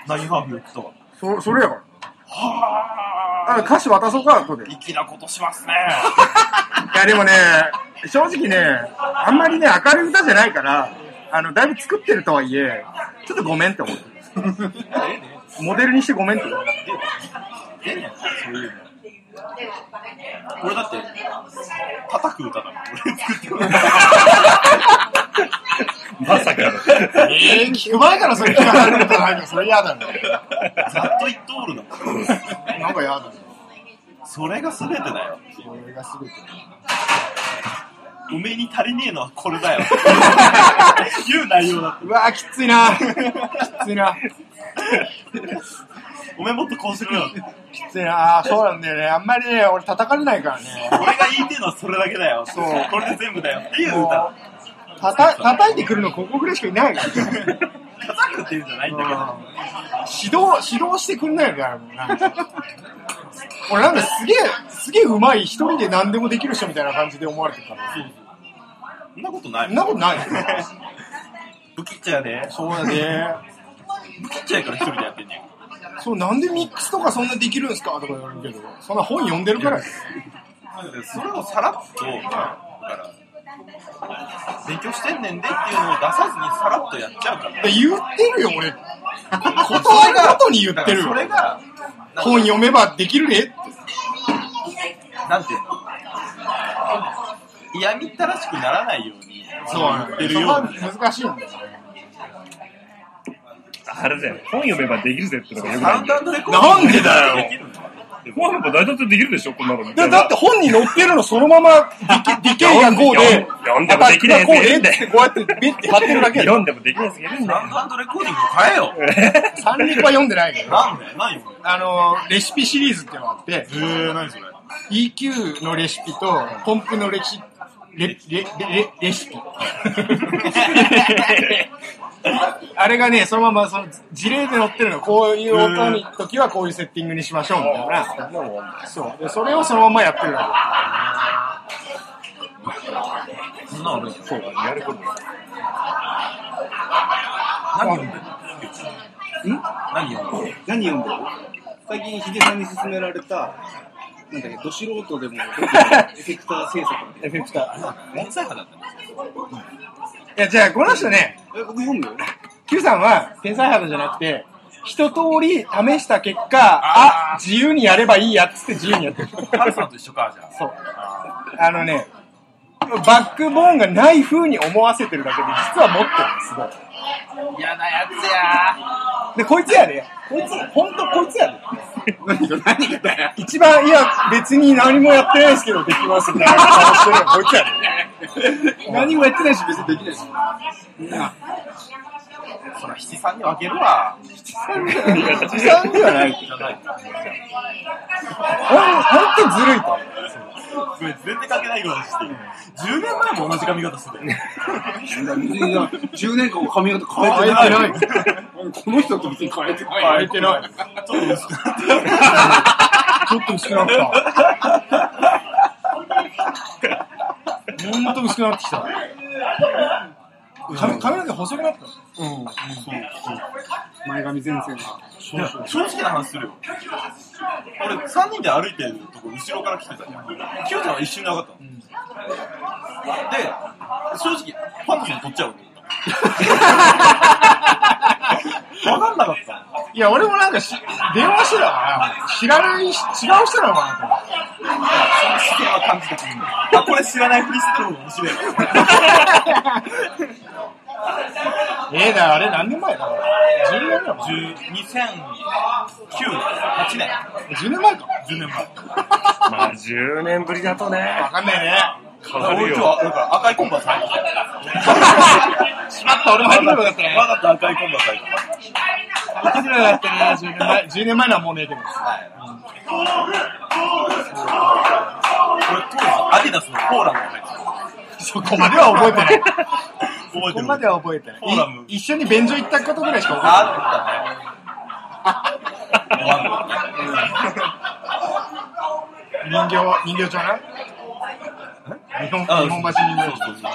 ナインハーフ送ったわ。
そ、それやから。
は
あ
あ、
歌詞渡そうか、後で。い
粋なことしますね。
や、でもね、正直ね、あんまりね、明るい歌じゃないから、あの、だいぶ作ってるとはいえ、ちょっとごめんって思ってる。モデルにしてごめんって思ってる。
ええねんそういうの。俺だって、叩く歌だもん。俺作ってる。
まさかの。
えー、聞く前からそれ聞かれるとないか、それ嫌だね。
ざっと言っとおるの。
なんか嫌だね。
それが全てだよ。
それがすべて。
おめえに足りねえのはこれだよ。言う内容だった。
うわー、きついな。きついな。
おめえもっとこうしろよ。
きついな。あーそうなんだよね。あんまりね、俺叩かれないからね。
俺が言いてえのはそれだけだよ。
そう
これで全部だよ。っていう
も
歌。
うたた叩いてくるのここぐらいしかいないからね。
叩くっていうんじゃないんだけど。
指導、指導してくんないのかよ、もうなんか。俺なんかすげえ、すげえうまい、一人で何でもできる人みたいな感じで思われてるから。
そんなことな
そん
い。
なことないよ。
ブキッチャーで。
そうだね。
ブキッチャーから一人でやってんねん。
そう、なんでミックスとかそんなできるんすかとか言われるけど、そんな本読んでるから。
それをさらっと、だから、勉強してんねんでっていうのを出さずにさらっとやっちゃうから。
言ってるよ、俺。断ることに言ってる
それが、
本読めばできるねって。
なんていうの嫌みったらしくならないように、言ってるような。
難しいんだよ。
あれだよ。本読めばできるぜってのがよく
サ
な
ウ
い
ン。ドレコード
なんでだよ
できるの
本読めば大体できるでしょこんなの。
だだって本に載ってるのそのままディケディケイがこうで、
読んでもできねえ
こうで
ぜ
ってこうやってビッて貼ってるだけ。
読んでもできないすぎるんだ
サ
よ。
ウンドレコーディング変えよう。
三陸は読んでないけど。
なんだよ、何よ。
あの、レシピシリーズってのがあって、
えー、何それ。
EQ のレシピと、ポンプのレシレ、レ、レ、レレ [laughs] シピ。あれがね、そのまま、その、事例で載ってるの。こういう音に、時はこういうセッティングにしましょう、みたいな。そう。で、それをそのままやってるわ
そんな俺、そう、やることない。何読んでんの何読んでんの
何読んでる最近ヒデさんに勧められた、なんだっけ、ど素人 [laughs] でもできるエフェクター制作みたいな。
け。エフェクター。
天才派だったの
いや、じゃあ、この人ね、
え、僕読むよ。
Q さんは、天才肌じゃなくて、一通り試した結果、あ、自由にやればいいやっつって自由にや
[laughs]
ってる。
ハルさんと一緒か、じゃあ。
そう。あのね、バックボーンがない風に思わせてるだけで、実は持ってるんです、
嫌なやつや
ごい。で、こいつやで。こいつ、ほんとこいつやで。[laughs]
何が何がだよ。
一番、いや、別に何もやってないですけど、できますみたいな顔してるのこいつやで。何もやってないし、別にできないし。
そら、七三に分けるわ。
悲惨ではないけど。ほんほんとずるいと思う。
ごめん、全然関係ないことしてる。10年前も同じ髪型してたよ。
10年間も髪型変えてない。
変えてない。
この人と別に変えてない。
変えてない。ちょっと薄くなった。ちょっと薄くなった。ほんと薄くなってきた。髪髪の毛細くなった
前髪前線が。
いや正直な話するよ。俺、3人で歩いてるとこ、後ろから来てたじゃん。キヨちゃんは一瞬で上がったの。で、正直、ファンの人取
[laughs]
っちゃうと思った。わかんなかった。
いや、俺もなんかし、電話してたから、知らない、違う人なのかなと
その視点は感じてくるんだ。あ、これ知らないふりしてる方が面白いな。
思って。ええだ、あれ何年前だろう ?10 年ぐらい
10 2009年、8年、
前 ?10 年前か。
10年前。
まあ、10年ぶりだとね、
わかんないね。
変わ
俺
る
今日
よ。
は、なんか赤いコンバース入って
しまった、俺も入ってればよかった
たよ。
ね。
わざと赤いコンバース入って
入ってくればよかったね、10年前。10年前のはもうねえけど。
た。俺、当時、アディダスのフォーラムが入ってた。
そこまでは覚えてない。
覚え
そ
て
こ
る。
までは覚えて
フォーラム
ない。い一緒に便所行ったことぐらいしか覚えてない。
あったね。
人形、人形町な日本、
あ
日本橋人形町。
八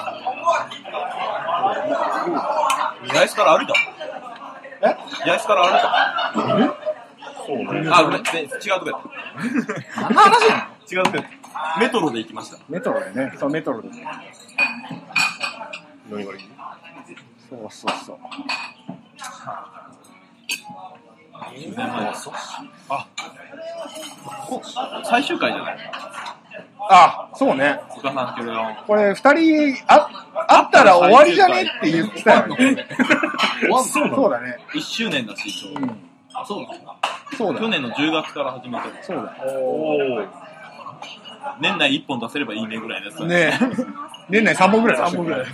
重洲から歩いた
え
八重洲から歩いた
そうね。
あ、ごめん、で違うとこやっ
何の話なの
た。違うとこやった。メトロで行きました。
メトロだよね。そう、メトロです。
何がいい
そうそうそう。
最終回じゃない
あ、そうね。
他なんていうの
これ、二人、あ、あったら終わりじゃねって言ってたよね。そうそうだね。
1周年だし、一応。あ、そうなの
そうだ。
去年の10月から始めたの
そうだ。
年内1本出せればいいねぐらいのやつだ
ねえ。年内3本ぐらい三本ぐらい。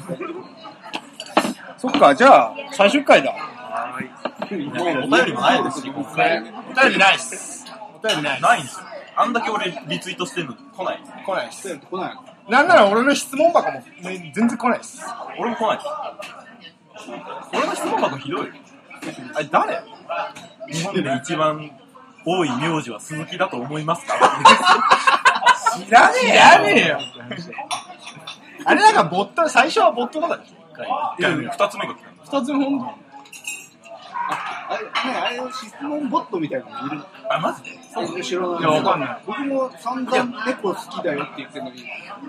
そっか、じゃあ、最終回だ。
もうお便りもないですし、ここから
お便りないっす。お便りないっす
ないんですよ。あんだけ俺リツイートしてんのに来ない。
来ないです。来ない。なんなら俺の質問箱も、ね、全然来ないです。
俺も来ないです。俺の質問箱ひどいよ。あれ誰日本で一番多い名字は鈴木だと思いますか
知らねえやねえよ。あれなんかボット、最初はボットだったでしょ
いや二つ目が来たんです。
二つ本の。
あれ、ね、あれ、質問ボットみたいなのいる
あ、マジで
そう知らない
いやわかんない
僕も散々猫好きだよって言ってるのに、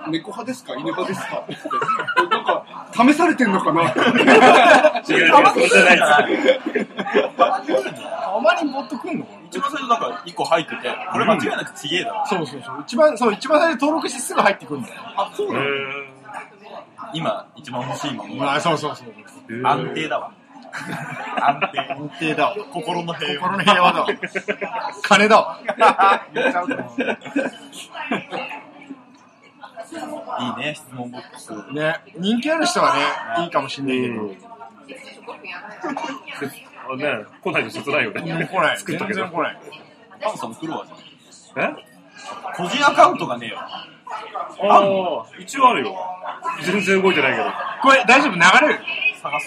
猫派ですか犬派ですかって言って、なんか、試されてんのかな
違う違う、そうじゃないです。
たまにボット来んのかな
一番最初なんか一個入ってて、これ間違いなくちげえだろ。
そうそうそう。一番、そう、一番最初登録してすぐ入ってくるんだよ。
へ
今一番欲しいものは
まあ、そうそうそう。
ー
安定だわ。安定。
安定だわ。
心の平
心の平 [laughs] 和だわ。金だわ。
和。いいね、質問ボックス。
ね、人気ある人はね、いいかもしんないけど。
うんあね、来ないと切ないよ
うん
ね。
来ない。
作っ
全然
とけど。
来ない。
パンさんも来るわじゃん。
え
個人アカウントがねえよ。
ああ、一応あるよ。全然動いてないけど。
これ大丈夫流れる
あ、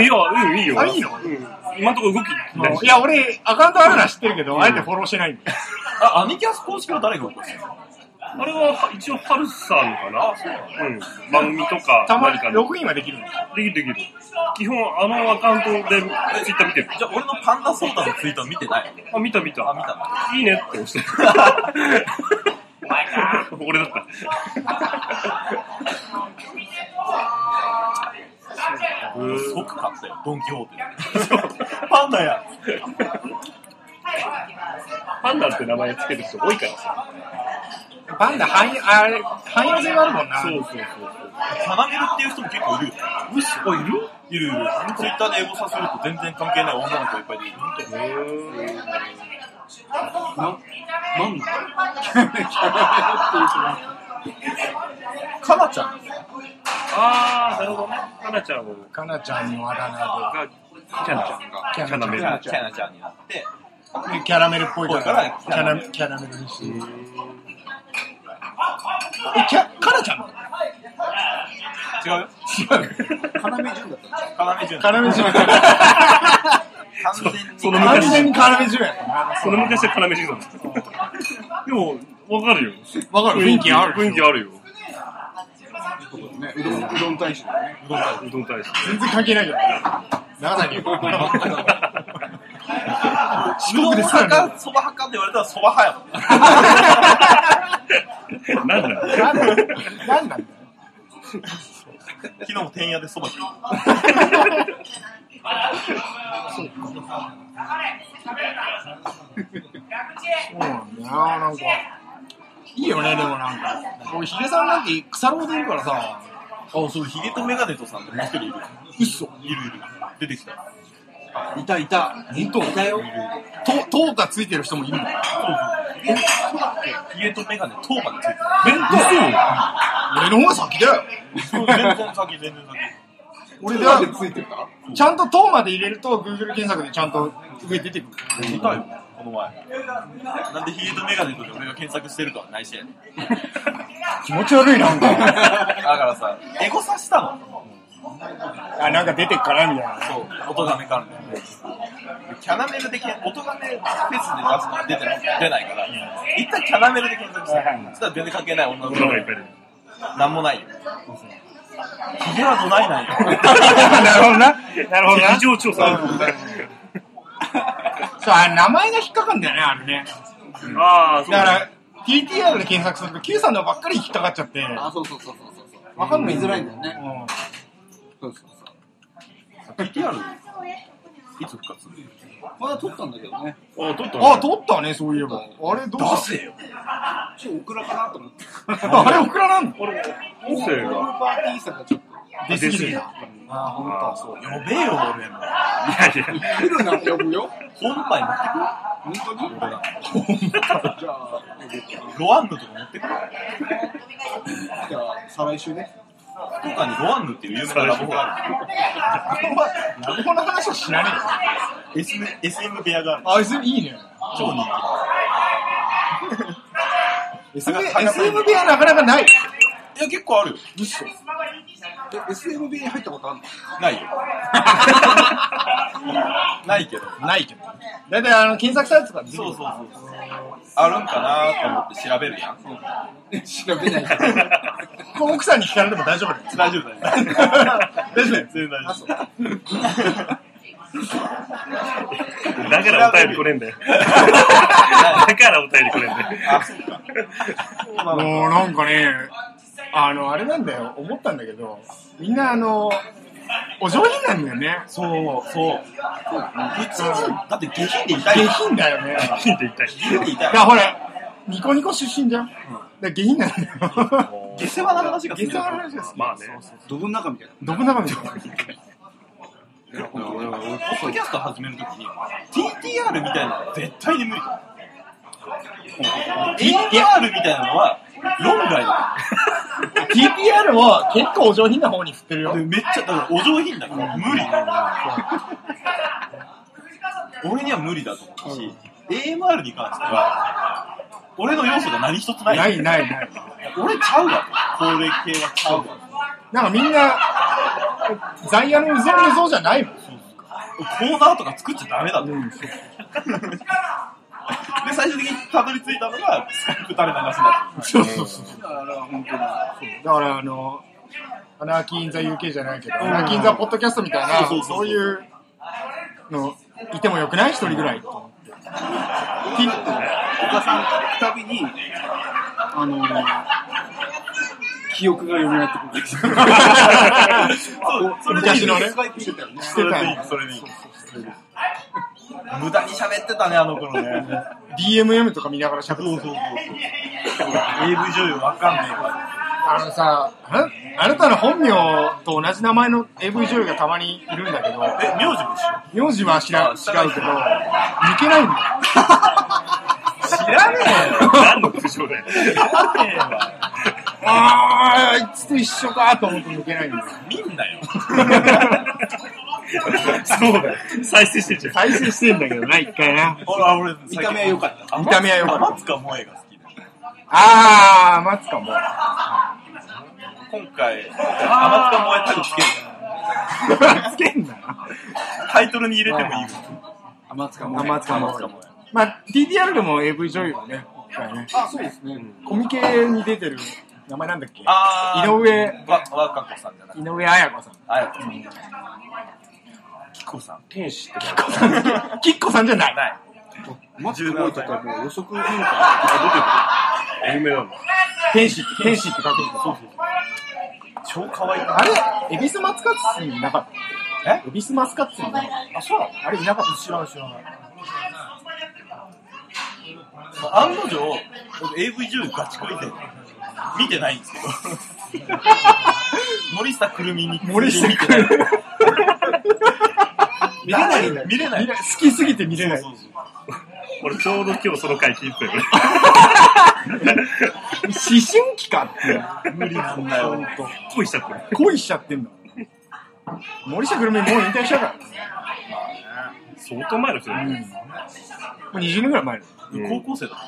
いや、うん、いいよ。
あいいの
うん。今のところ動きないし
いや、俺、アカウントあるのは知ってるけど、あえてフォローしてないんだよ。
あ、アニキャス公式は誰が起こしてるの
あれは一応ハルさんかなうん。番組とか、
たまに
何かで
ログインはできるんだ
できるできる。基本、あのアカウントでツイッター見てる。
じゃあ、俺のパンダソーダのツイートは見てない。
あ、見た見た。
あ、見たな。
いいねって押してる。俺だった。
即買ったよ、ドン・キホーテで。 [laughs] パンダや
パンダって名前つける人多いからさ。
パンダ汎用、あれ、汎用性があるもんな。
そうそうそう。
キャナメルっていう人も結構いるよ。うっすあ、いるいるいる。ツイッターでエゴサすると全然関係ない女の子いっぱい出てくる。
なんだ
かなちゃん
あー、なるほどね。かなちゃんを
かなちゃんのあだ名
が、キャナちゃんが、キャナメル。
キャナちゃんになって、
で。キャラメルっぽいか
から
ら、キャラキャラメルにして。え、キャ、かなちゃんだ
違うよ。かなめじゅんだ
か
った
なめじゅん。
かなめじゅん。完全に。
その
完
昔、
全にかなめじゅんやったな。
その昔は要人だった。でも、わかるよ。
わかる雰囲気ある。
雰囲気あるよ。
ねうどん、うどん大使だね。
うどん大使。
全然関係ないけど。長崎よ。
うどん派か、そば派かって言われたらそば派やもん。
なんだ
なんなんだよ。
昨日も天夜でそば食った
そうなんだよな、なんか。いいよね、でもなんか。俺、ヒゲさんなんて腐るほどいるからさ。
あ、そう、ヒゲとメガネとさんでもう一人いる。
嘘。
いるいる。出てきた。
いたいた。
本当だよ。と、とうがついてる人もいるんだよ。
ヒゲとメガネ、トーマでついてる。
俺の方が先だよ。
全然先、全然先。
俺では、
ついてた
ちゃんととうまで入れると、Google 検索でちゃんと上出てくる。
見たよ、この前。なんでヒゲとメガネとで俺が検索してるとは内緒やね [laughs] ん。
気持ち悪いな、なんか。
だからさ、エゴサしたの。
あ、なんか出てっからみたいな。
そう、音がめ関連。キャナメルで検、音がめフェスで出すから出てない出ないから、一旦キャナメルで検索したの。そしたら全然関係ない女の子
女がいっぱいいる。
なんもないよ。ヒゲはどないなんよ。
[laughs] なるほどな。なるほどな。
事情調査。
そう、あ名前が引っかかんだよね、あれね。
ああ、
だ
そう
か
だね。
ら、TTR で検索すると、Q さんのばっかり引っかかっちゃって。
あ、そうそうそうそうそう。
わかんない
見づらいんだよね。
うん。
そうそうそう。
PTR、いつ復活
これは撮ったんだけどね。
ああ、取ったね。
あ、取ったね、そういえば。あれ、どうした
出せよ。
ちょっとオクラかなと思って。
あれ、オクラなんだ。
あれ、音声
オー
が。
バーティーさんがちょっと。
デスキーだ。
あ、ほん
ああ、そう。
やべえよ、俺も。
いやいや。
来るな、呼ぶよ。
本杯持って
本当にじゃあ、
くロワンヌとか持ってく
じゃあ、再来週ね。
福岡にロワンヌっていう有名なラブホがある。
ラブホの話は知らねえよ。
SM, SM 部屋がある。
あ、SM、いいね。
超人気。
SM、SMB はなかなかない。
いや、結構あるよ。
え、SMB に入ったことあるの
ないよ。ないけど。
ないけど。だいたいあの、検索サイトとかで出てくる
そうそうそう。あるんかなと思って調べる
[laughs]
やん。
調べないから。
これ奥さんに聞かれても大丈夫だよ。
大丈夫だよ。
大丈夫だよ。
全然大丈夫。
だからお便り来ねえんだよ。だからお便り来ねえんだよ。
もうなんかね、あの、あれなんだよ。思ったんだけど、みんなあの、お上品なんだよね。
そう、そう。普通に、だって下品で痛い
下
よ。
品だよね。
ヒント言った
下品で
だ
痛
から
い。
ほら、ニコニコ出身じゃん。だから下品なんだよ。
下世話な話が好
下
き
世話
だ
の
よ。
話が好き。
まあね。
どぶの中みたい
どぶ中みたいな。
俺俺ポッドキャスト始めるときに、TTR みたいなのは絶対に無理。TTR みたいなのは論外だ
TPR も結構お上品な方に振ってるよ
よ。。でめっちゃ、だからお上品だから無理。俺には無理だと思うし、AMR に関しては、俺の要素が何一つない。
ないないない。
俺ちゃうわ。高齢系はちゃうわ。
なんかみんな、在野のうぞうぞじゃないもん。
コーナーとか作っちゃダメだと。で、最終的にたどり着いたのが、スカイプ垂れ流しだっ
そうそうそう。
だから本当に。
だからあの、アナーキー・イン・ザ・ UK じゃないけど、アナーキー・イン・ザ・ポッドキャストみたいな、
そ
そうう
そうそう
いうの、いてもよくない一人ぐらい。
ピンと、岡さん聞くたびに、あの記憶が蘇ってくる。
そうそれでい
昔
い
のね
ス、カイプしてたよね。
して
それ
た
でいい、それでいい。無駄に喋ってたね、あの頃ね。
DMM とか見ながら
そうそう
喋っ
そ
て
うそう
た。。
AV 女優わかんねえわ。
あのさ、ああなたの本名と同じ名前の AV 女優がたまにいるんだけど、
え、名字も一
名字は知ら違うけど、抜けないんだよ。
緒知らね
何の苦情だよ。
えよ。知らねえわ。
あー、あいつと一緒かと思って抜けないんだよ。
見
[laughs]
んなよ。
そうだよ。再生してんじゃん。
再生してんだけどな、一回な。
ほら、俺、
見た目は良かった。
た
見た目は良かった
天塚萌えが好きだ。
あー、待つかも。
今回、今回天塚萌えってのつける
つけんなよ。
タイトルに入れてもいいわ。
天塚も。
甘つかも。まあ、TDR でも AV 女優はね、一回ね。
あ、そうですね。
コミケに出てる、名前なんだっけ
あー
井上、
わ、わかこさんじゃない。
井上彩子さん。
あやこさん。きこさん。
天使って。
きっこさんじゃない。
ない。
マジで覚えてたらもう予測変
有名なの。
天使って、天使って書くんだよ。
超可愛い。
あれ、エビスマスカッツにいなかった。
え
エビスマスカッツにいなかっ
あ、そうなの
た。あれいなかった。知らん知らない。
案の定、僕 AV 女優ガチ恋で、見てないんですけど。森下くるみに、
森下
見て
く
ない
る。
見れない。見れない。
好きすぎて見れない
そ。うそう
俺ちょうど今日その回聞いてたよね。
思春期かって。
そう無理なんだよ、ほんと。
恋しちゃってる。
恋しちゃってんだ森下くるみもう引退したから。
相当前の人だよね。
もう20年ぐらい前だよ
うん
高校生だも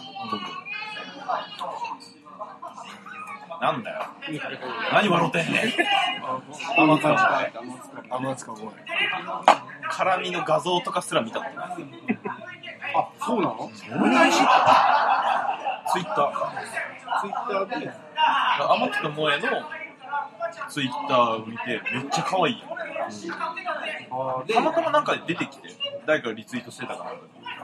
ん、なんだよ。何笑ってんねん。
甘塚も。
天塚公
絡みの画像とかすら見たことない。
あ、そうなの
ツイッター。
ツイッターで。
天塚萌えのツイッターを見て、めっちゃ可愛いやん。
あーで
た、またまなんか出てきて、誰かがリツイートしてたか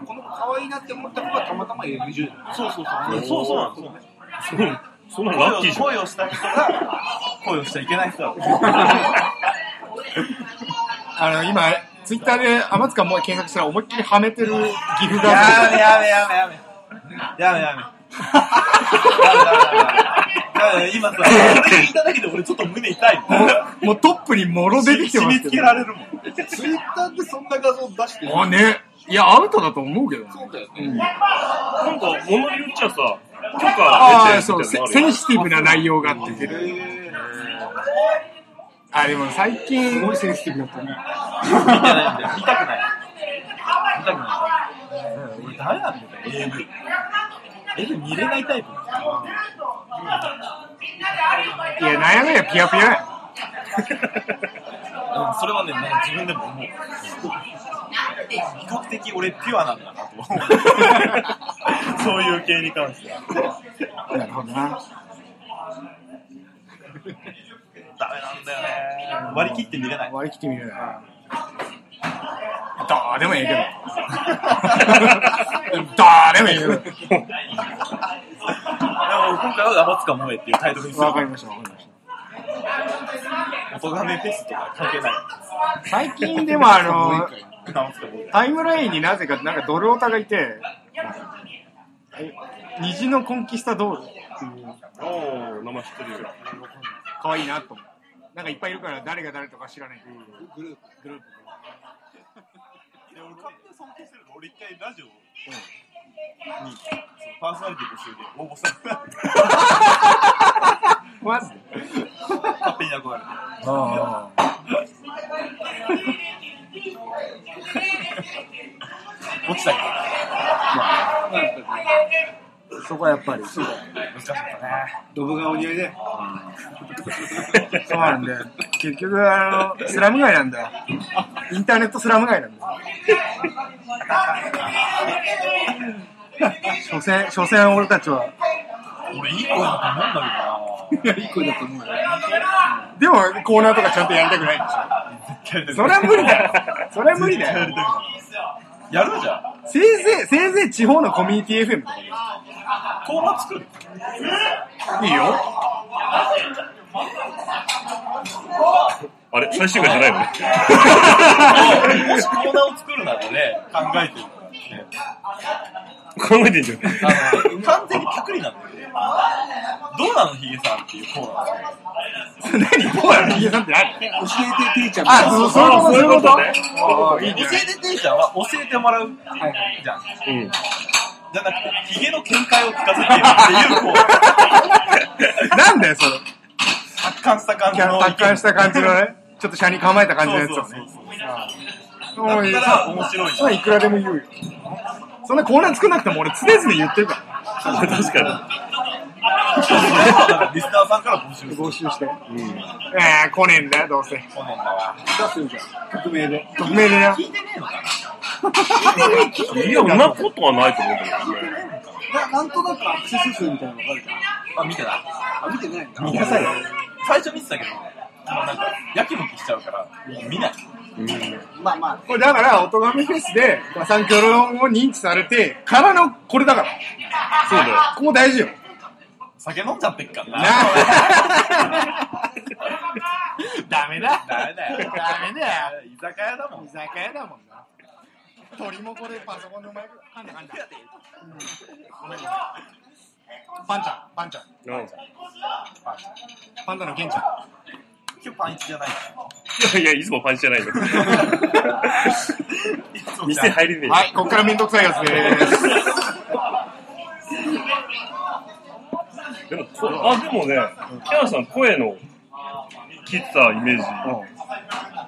この子可愛いなって思った子がたまたま AV10
ら。そうそうそう。そうそうなんですよ。
そう。そんなの
恋
ラ
を
ッキーじゃん。
恋をした人が、恋をしちゃいけない人だ。
あの、今、ツイッターで天塚もう検索したら思いっきりはめてる岐阜
や
があ
め
る。
やめやめやめ。やめやめ。やめやめやめやめ今さ、これ聞いただけで俺ちょっと胸痛いもん。
もうトップにもろ出てきて
締
ま
め
す
付
け
け
ど。
られるもん。
ツイッターでそんな画像出してる
あ、ね。いや、アウトだと思うけどな。
そうだよね。
なんか、物によっちゃさ、許可
あ
出てるみたいなのあるよ
あ、そう、セセンシティブな内容が出てる。
へー
あ、でも最近、
すごいセンシティブだったね。
見てないんだよ。見たくない。見たくない。俺誰なんだよ、AV。AV 見れないタイプ。
いや、悩めやピヤピヤや。
うんそれはね、なんか自分でも思う。比較的俺ピュアなんだなと思う。そういう系に関しては。
なるほどな。
ダメなんだよね。割り切って見れない。
割り切ってみるな。どうでもいいけ
[laughs]
ど。どうでもいいけど。
でも今回は天塚萌えっていうタイトルにす
[laughs]
る
わ。かりました、わかりまし
音がめフェスとか関係ない。
た。最近でもあの、
天塚萌え。
タイムラインになぜか、なんかドルオタがいて、虹のコンキスタドールっていう、
おー、名前知ってるよ。
かわいいなと思う。なんかいっぱいいるから誰が誰とか知らない。
いや俺勝手に尊敬してるの俺一回ラジオに、そのパーソナリティ募集で応募したの
マジで
勝手に憧れて
あ
落ちたから
なんかね、
そこはやっぱり。そう
ドブがお似合いで。
なんだよ。結局、あの、スラム街なんだよ。インターネットスラム街なんだよ。所詮、所詮俺たちは。
俺、いい子だと思うんだけどな。
いや、いい子だと思うよ。
でも、コーナーとかちゃんとやりたくないんでしょ。それは無理だよ。それは無理だよ。
やるじゃん。
せいぜい、せいぜい地方のコミュニティ FM とか
コーナー作る。
でいいよ。
あれ最終回じゃないよね。 [laughs]
もしコーナーを作るならね、考えてるからね。
考えてんじゃん。
あの、完全にパクリなんだよね。どうなのヒゲさんっていうコーナー。
何コーナーのヒゲさんって何
教えて、ていちゃん。
あ、そうそう
そう
い
いうう
こ
ことと
ね
ね。
あーいい
教
ね
えてていちゃんは教えてもらうじゃん。
うん。
じゃなくて、ヒゲの見解を聞かせてよっていうコーナ
[laughs]
ー。
なんだよ、それ。
達観した感じの意見。
達観した感じのね。ちょっと車に構えた感じの
そう
やつ
そう
を
そう
ね。
そう。
もう
だから面白い
それはいくらでも言うよ。そんなコーナー作んなくても俺常々言ってるから。
確か
それはだからリスナーさんから募集する。
募集して。えー、来ねえんだよ、どうせ。
去年だわ。
匿名で。
匿名でよ
聞。いてねえのか
に。いや、そんなことはないと思うけどね。
ななんとなくアクセス数みたいなの分かるじ
なあ、見てない。
ゃん。あ、見てないな。
見なさいよ。最初見てたけどね、もうなんか、やきもきしちゃうから、見ない。
まあまあ、
これだから、音がめフェスで、ガサンキョロを認知されて、からのこれだから。
そうだよ。
ここ大事よ。
酒飲んじゃってっ
[laughs]
か
な
らな。
あダメだ。
ダメだよ。
ダメだよ。
居酒屋だもん
居。酒屋だもんな。鳥もこでパソコンの前かんだかんだ。パンちゃん、パンちゃん。
うんいや
パンダのケンちゃん。
今日パンイチじゃない
いや、いつもパンチじゃない
[laughs]
よ。
の。
店入れねえよ。
はい、こっからめんどくさいやつです。
でもこあ、でもね、キャナさん声の切ったイメージ、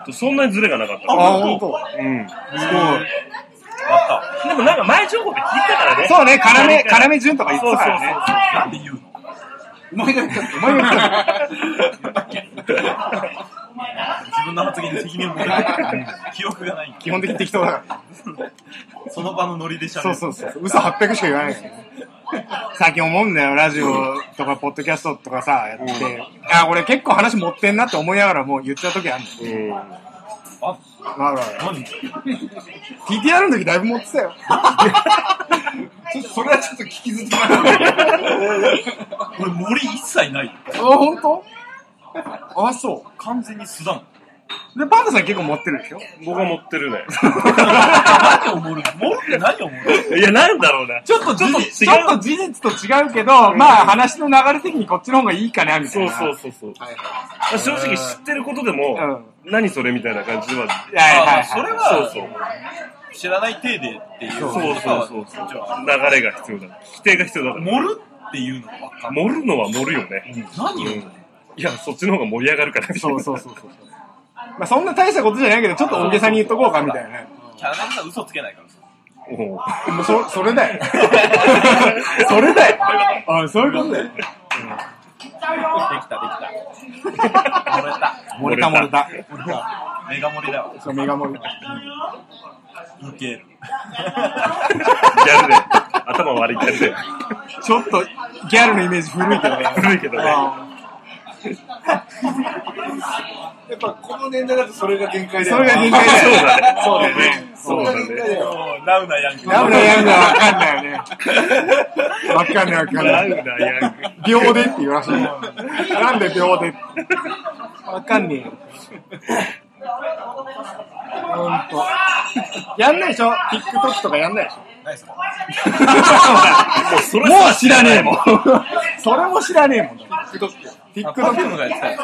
とそんなにズレがなかった。
本当。
うん。です
ごい。
やっ
もなんか前情報で聞いたからね。
そうね、辛め、辛
め。
め順とか言って
そう
た
そ
から
う
ね。
た。なんで言うの
お前が言ったって
お前が言った
自分の発言に責任を持てない。記憶がないんだ。
基本的に適当だから。
その場のノリでしゃべ
そう
る。
そうそう。嘘800しか言わないからね。最近思うんだよ、ラジオとか、ポッドキャストとかさ、やって。あ、俺結構話持ってんなって思いながらもう言っちゃう時あるの。
うん。
あ、
あるある。
何
TTR の時だいぶ持ってたよ。
それはちょっと聞きずってない。
俺森一切ないよ。
[laughs] あ、本当あ、そ
完全に素だもん。
う。で、パンダさん結構持ってるでしょ
僕は持っ
[laughs]
てるね。
何を盛るの盛るって何を盛る
いや、なんだろうね。
ちょっと事
違う
実、ちょっと事実と違うけど、まあ話の流れ的にこっちの方がいいかな、みたい
そう
な。
そうそうそう。まあ正直知ってることでも、何それみたいな感じは。
いやいやいや
あそれ
そう
は
そう。
知らない体でっていう。
そうそうそうそう。流れが必要だ。規定が必要だから。
盛るっていうのが分かんない。
盛るのは盛るよね。
何を
うんいや、そっちの方が盛り上がるから。
そうそうそうそう。まあそんな大したことじゃないけど、ちょっと大げさに言っとこうかみたいなね。
キャラメルさん嘘つけないからさ。
おう
もう [laughs] そ、それだよ。それだよ。あそういうことだよ。
できたで [laughs] きた。漏
漏
れた。
れた漏れた。
メガ盛りだわ。
そう、メガ盛り。
ウケる。
ギャルで。頭悪いギャルで。
ちょっと、ギャルのイメージ古いけどね。
古いけどね。
やっぱこの年代だとそれが限界だ
そ
よ。
れが限界だよ。そうだよね。
それが限界だよ。
もうラウなヤンキー。
ラブなヤングはわかんないよね。わかんないわかん
ラ
な
ウ
い。
ダヤング。
秒でって言うらしいよ。なんで秒でわかんねえよ。ほんと。やんないでしょ ?TikTok とかやんないでしょ
何それ
[laughs]
もうそれ
もう知らねえもん。それも知らねえもん。
あパフュー
TikTok。
ムがやってたよ。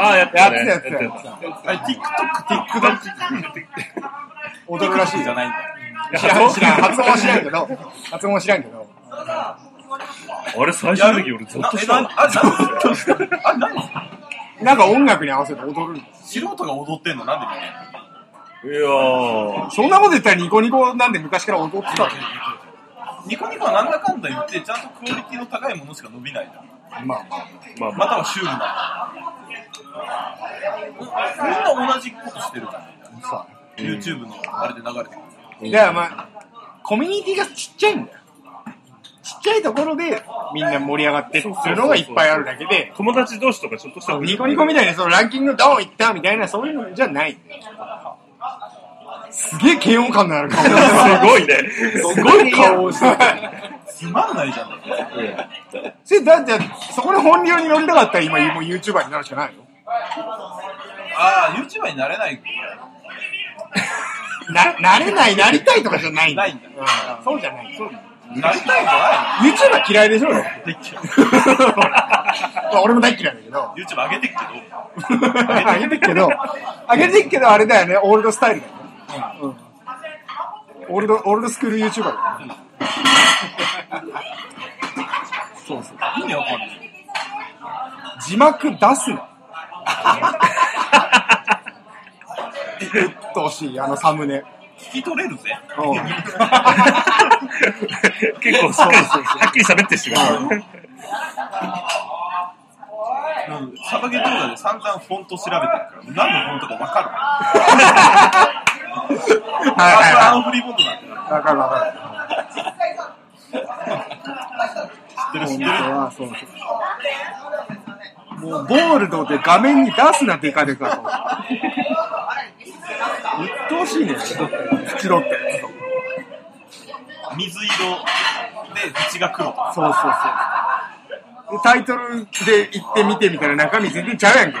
ああ、やって
やっ
たね。
てたやってた。
あれ TikTok、
踊るらしい
TikTok じ
じ
ゃ
ゃん。
ないんだ。
知らん、知らん。発音は知らんけど。発音は知らんけど。
あれ、最初の時俺ゾッとした
なえなあれ何
わ。
あれ何
なんか音楽に合わせて踊るの。
素人が踊ってんのなんで見ない
いやー。
そんなこと言ったらニコニコなんで昔から踊ってたの
ニコニコはなんだかんだ言って、ちゃんとクオリティの高いものしか伸びないじゃん。
まあまあ。
まあま
ま
あ、
たはシュールなもの。みんな同じことしてるじゃん。
さ
YouTube のあれで流れてくる。
いや、まあ、コミュニティがちっちゃいんだよ。ちっちゃいところでみんな盛り上がってっていうのがいっぱいあるだけで、
友達同士とかちょっとした
ニコニコみ
い
たいにそのランキングドン行ったみたいな、そういうのじゃない。すげえ嫌悪感のある顔。
すごいね。
すごい顔をして [laughs] る
つまんないじゃん。い
それだって、そこで本流に乗りたかったら今もう YouTuber になるしかないよ。
ああ、YouTuber になれない。
な、なれない、なりたいとかじゃないんだ
な
よ
いんだ。
うんそうじゃない。そう
なりたいんじゃ
YouTuber 嫌いでしょ俺
ないのできちゃう
[laughs] 俺も大嫌いだけど。
YouTube 上げてっけど。
あげてっけど、あげてっけどあれだよね、オールドスタイルだよね。うんオールド、オールドスクール YouTuber だよね。
意味わかんない。
字幕出す [laughs] の。うっとうしい、あのサムネ。
聞き取れるぜ。
うん
結構しっかり、はっきり喋ってしまう。
うん、サバゲ動画で散々フォント調べてるから、何のフォントかわかる。
はい
あ
は
のフリーフォントなんだよ。
い。わかるわかる。本当
知ってる知ってる。
は、そうそう。もう、ボールドで画面に出すな、デカデカと。うっとうしいね、袋って。
水色で、口が黒とか。
そうそうそう。タイトルで行ってみてみたいな中身全然ちゃうやんけ。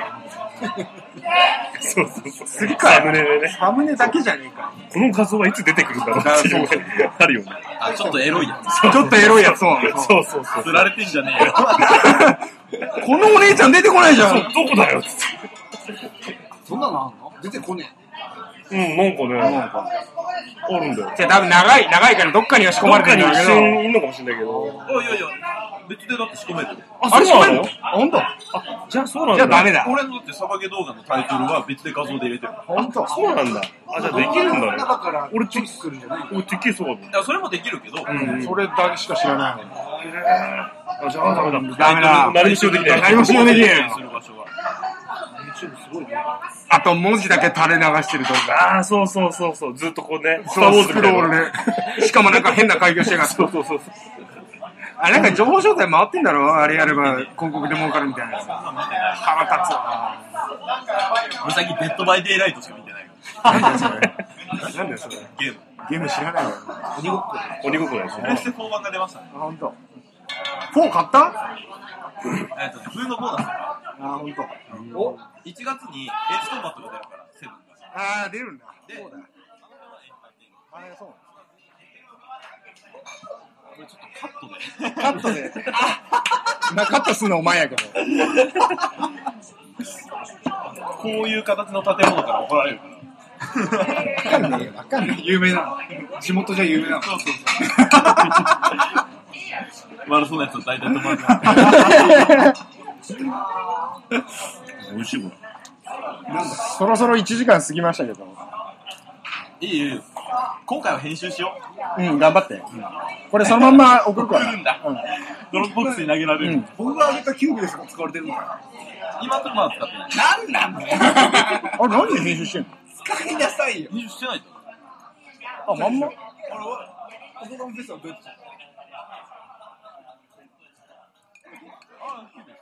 そうそうそう。
する
サムネでね。
サムネだけじゃねえか。
この画像はいつ出てくるんだろうっていうの
そう
があるよね。
あ、ちょっとエロいやつ。
ちょっとエロいやつ。そう
そうそうそう。
釣られてんじゃねえよ。
このお姉ちゃん出てこないじゃん。
どこだよつっ
そんなのあんの出てこね
て。うん、なんかね、あるんだよ。
じゃあ多分長い、長いからどっかには仕込
ど
ま
っ
れて
か
る
に
んだけど。
一瞬いんのかもしれないけど。
おいおいおい。別でだって仕込める。
あれ仕込めるの
そう
本当
じゃあそうなん
じゃあダメ
だ。
だ。
俺のだってサバゲ動画のタイトルは別で画像で入れてる。
本当
そうなんだ。あ、じゃあできるんだね。
中から
俺てっきり、俺てっきりそうだと思っ
いや、それもできるけど、
それだけしか知らない。
た。あ、じゃあダメだ。
ダメだ。
何もしようできない。
何もしようできない
す。る場所は。
あと文字だけ垂れ流してる動画。
ああ、そうそうそうそう。ずっとこうね、スターウォ
そ
ー
う、
ズ
ス
み
ク
た
ロ
い
ー
な。
ル
[laughs]
で。しかもなんか変な開業してが。
そうそうそうそう。
あ、なんか情報商材回ってんだろあれやれば広告で儲かるみたいな。腹立つわ。
俺最近デッドバイデイライトしか見てないか
なんだよそれ。なんだよそれ。
ら。ゲーム。
ゲーム知らないよ。
鬼ごっこです
プレ
ね。
ステ4版が出ましたね。
本当。フォー買った？
えっとね、冬のボーナ
あ本当。
ス。お ?1 月にエースコンバットが出るから、セブン。
ああ出るんだ。
で、
そうだ。あーそう。
これちょっと
カ
カ
ッ
ッ
ト
ト
で
で。。
なカットすんのお前やけど。
こういう形の建物から怒られるから。
わかんないわかんない。有名なの。地元じゃ有名なの。
そうそうそう。悪そうなやつは大体止まる [laughs] から。
美味しいもん。
そろそろ1時間過ぎましたけど。
いいよいいよ。今回は編集しよう。
うん頑張って。これそのまんま送るから。
送るんだドロップボックスに投げられる。
うん
僕が上げたキューブでしか使われてるのか
今とまだ使ってない。
なんなんだよ [laughs]
あれ何で編集してんの？
使いなさいよ
編集してないと。
あまんま。
俺はオトガメフェスはどうやって
あ、いいね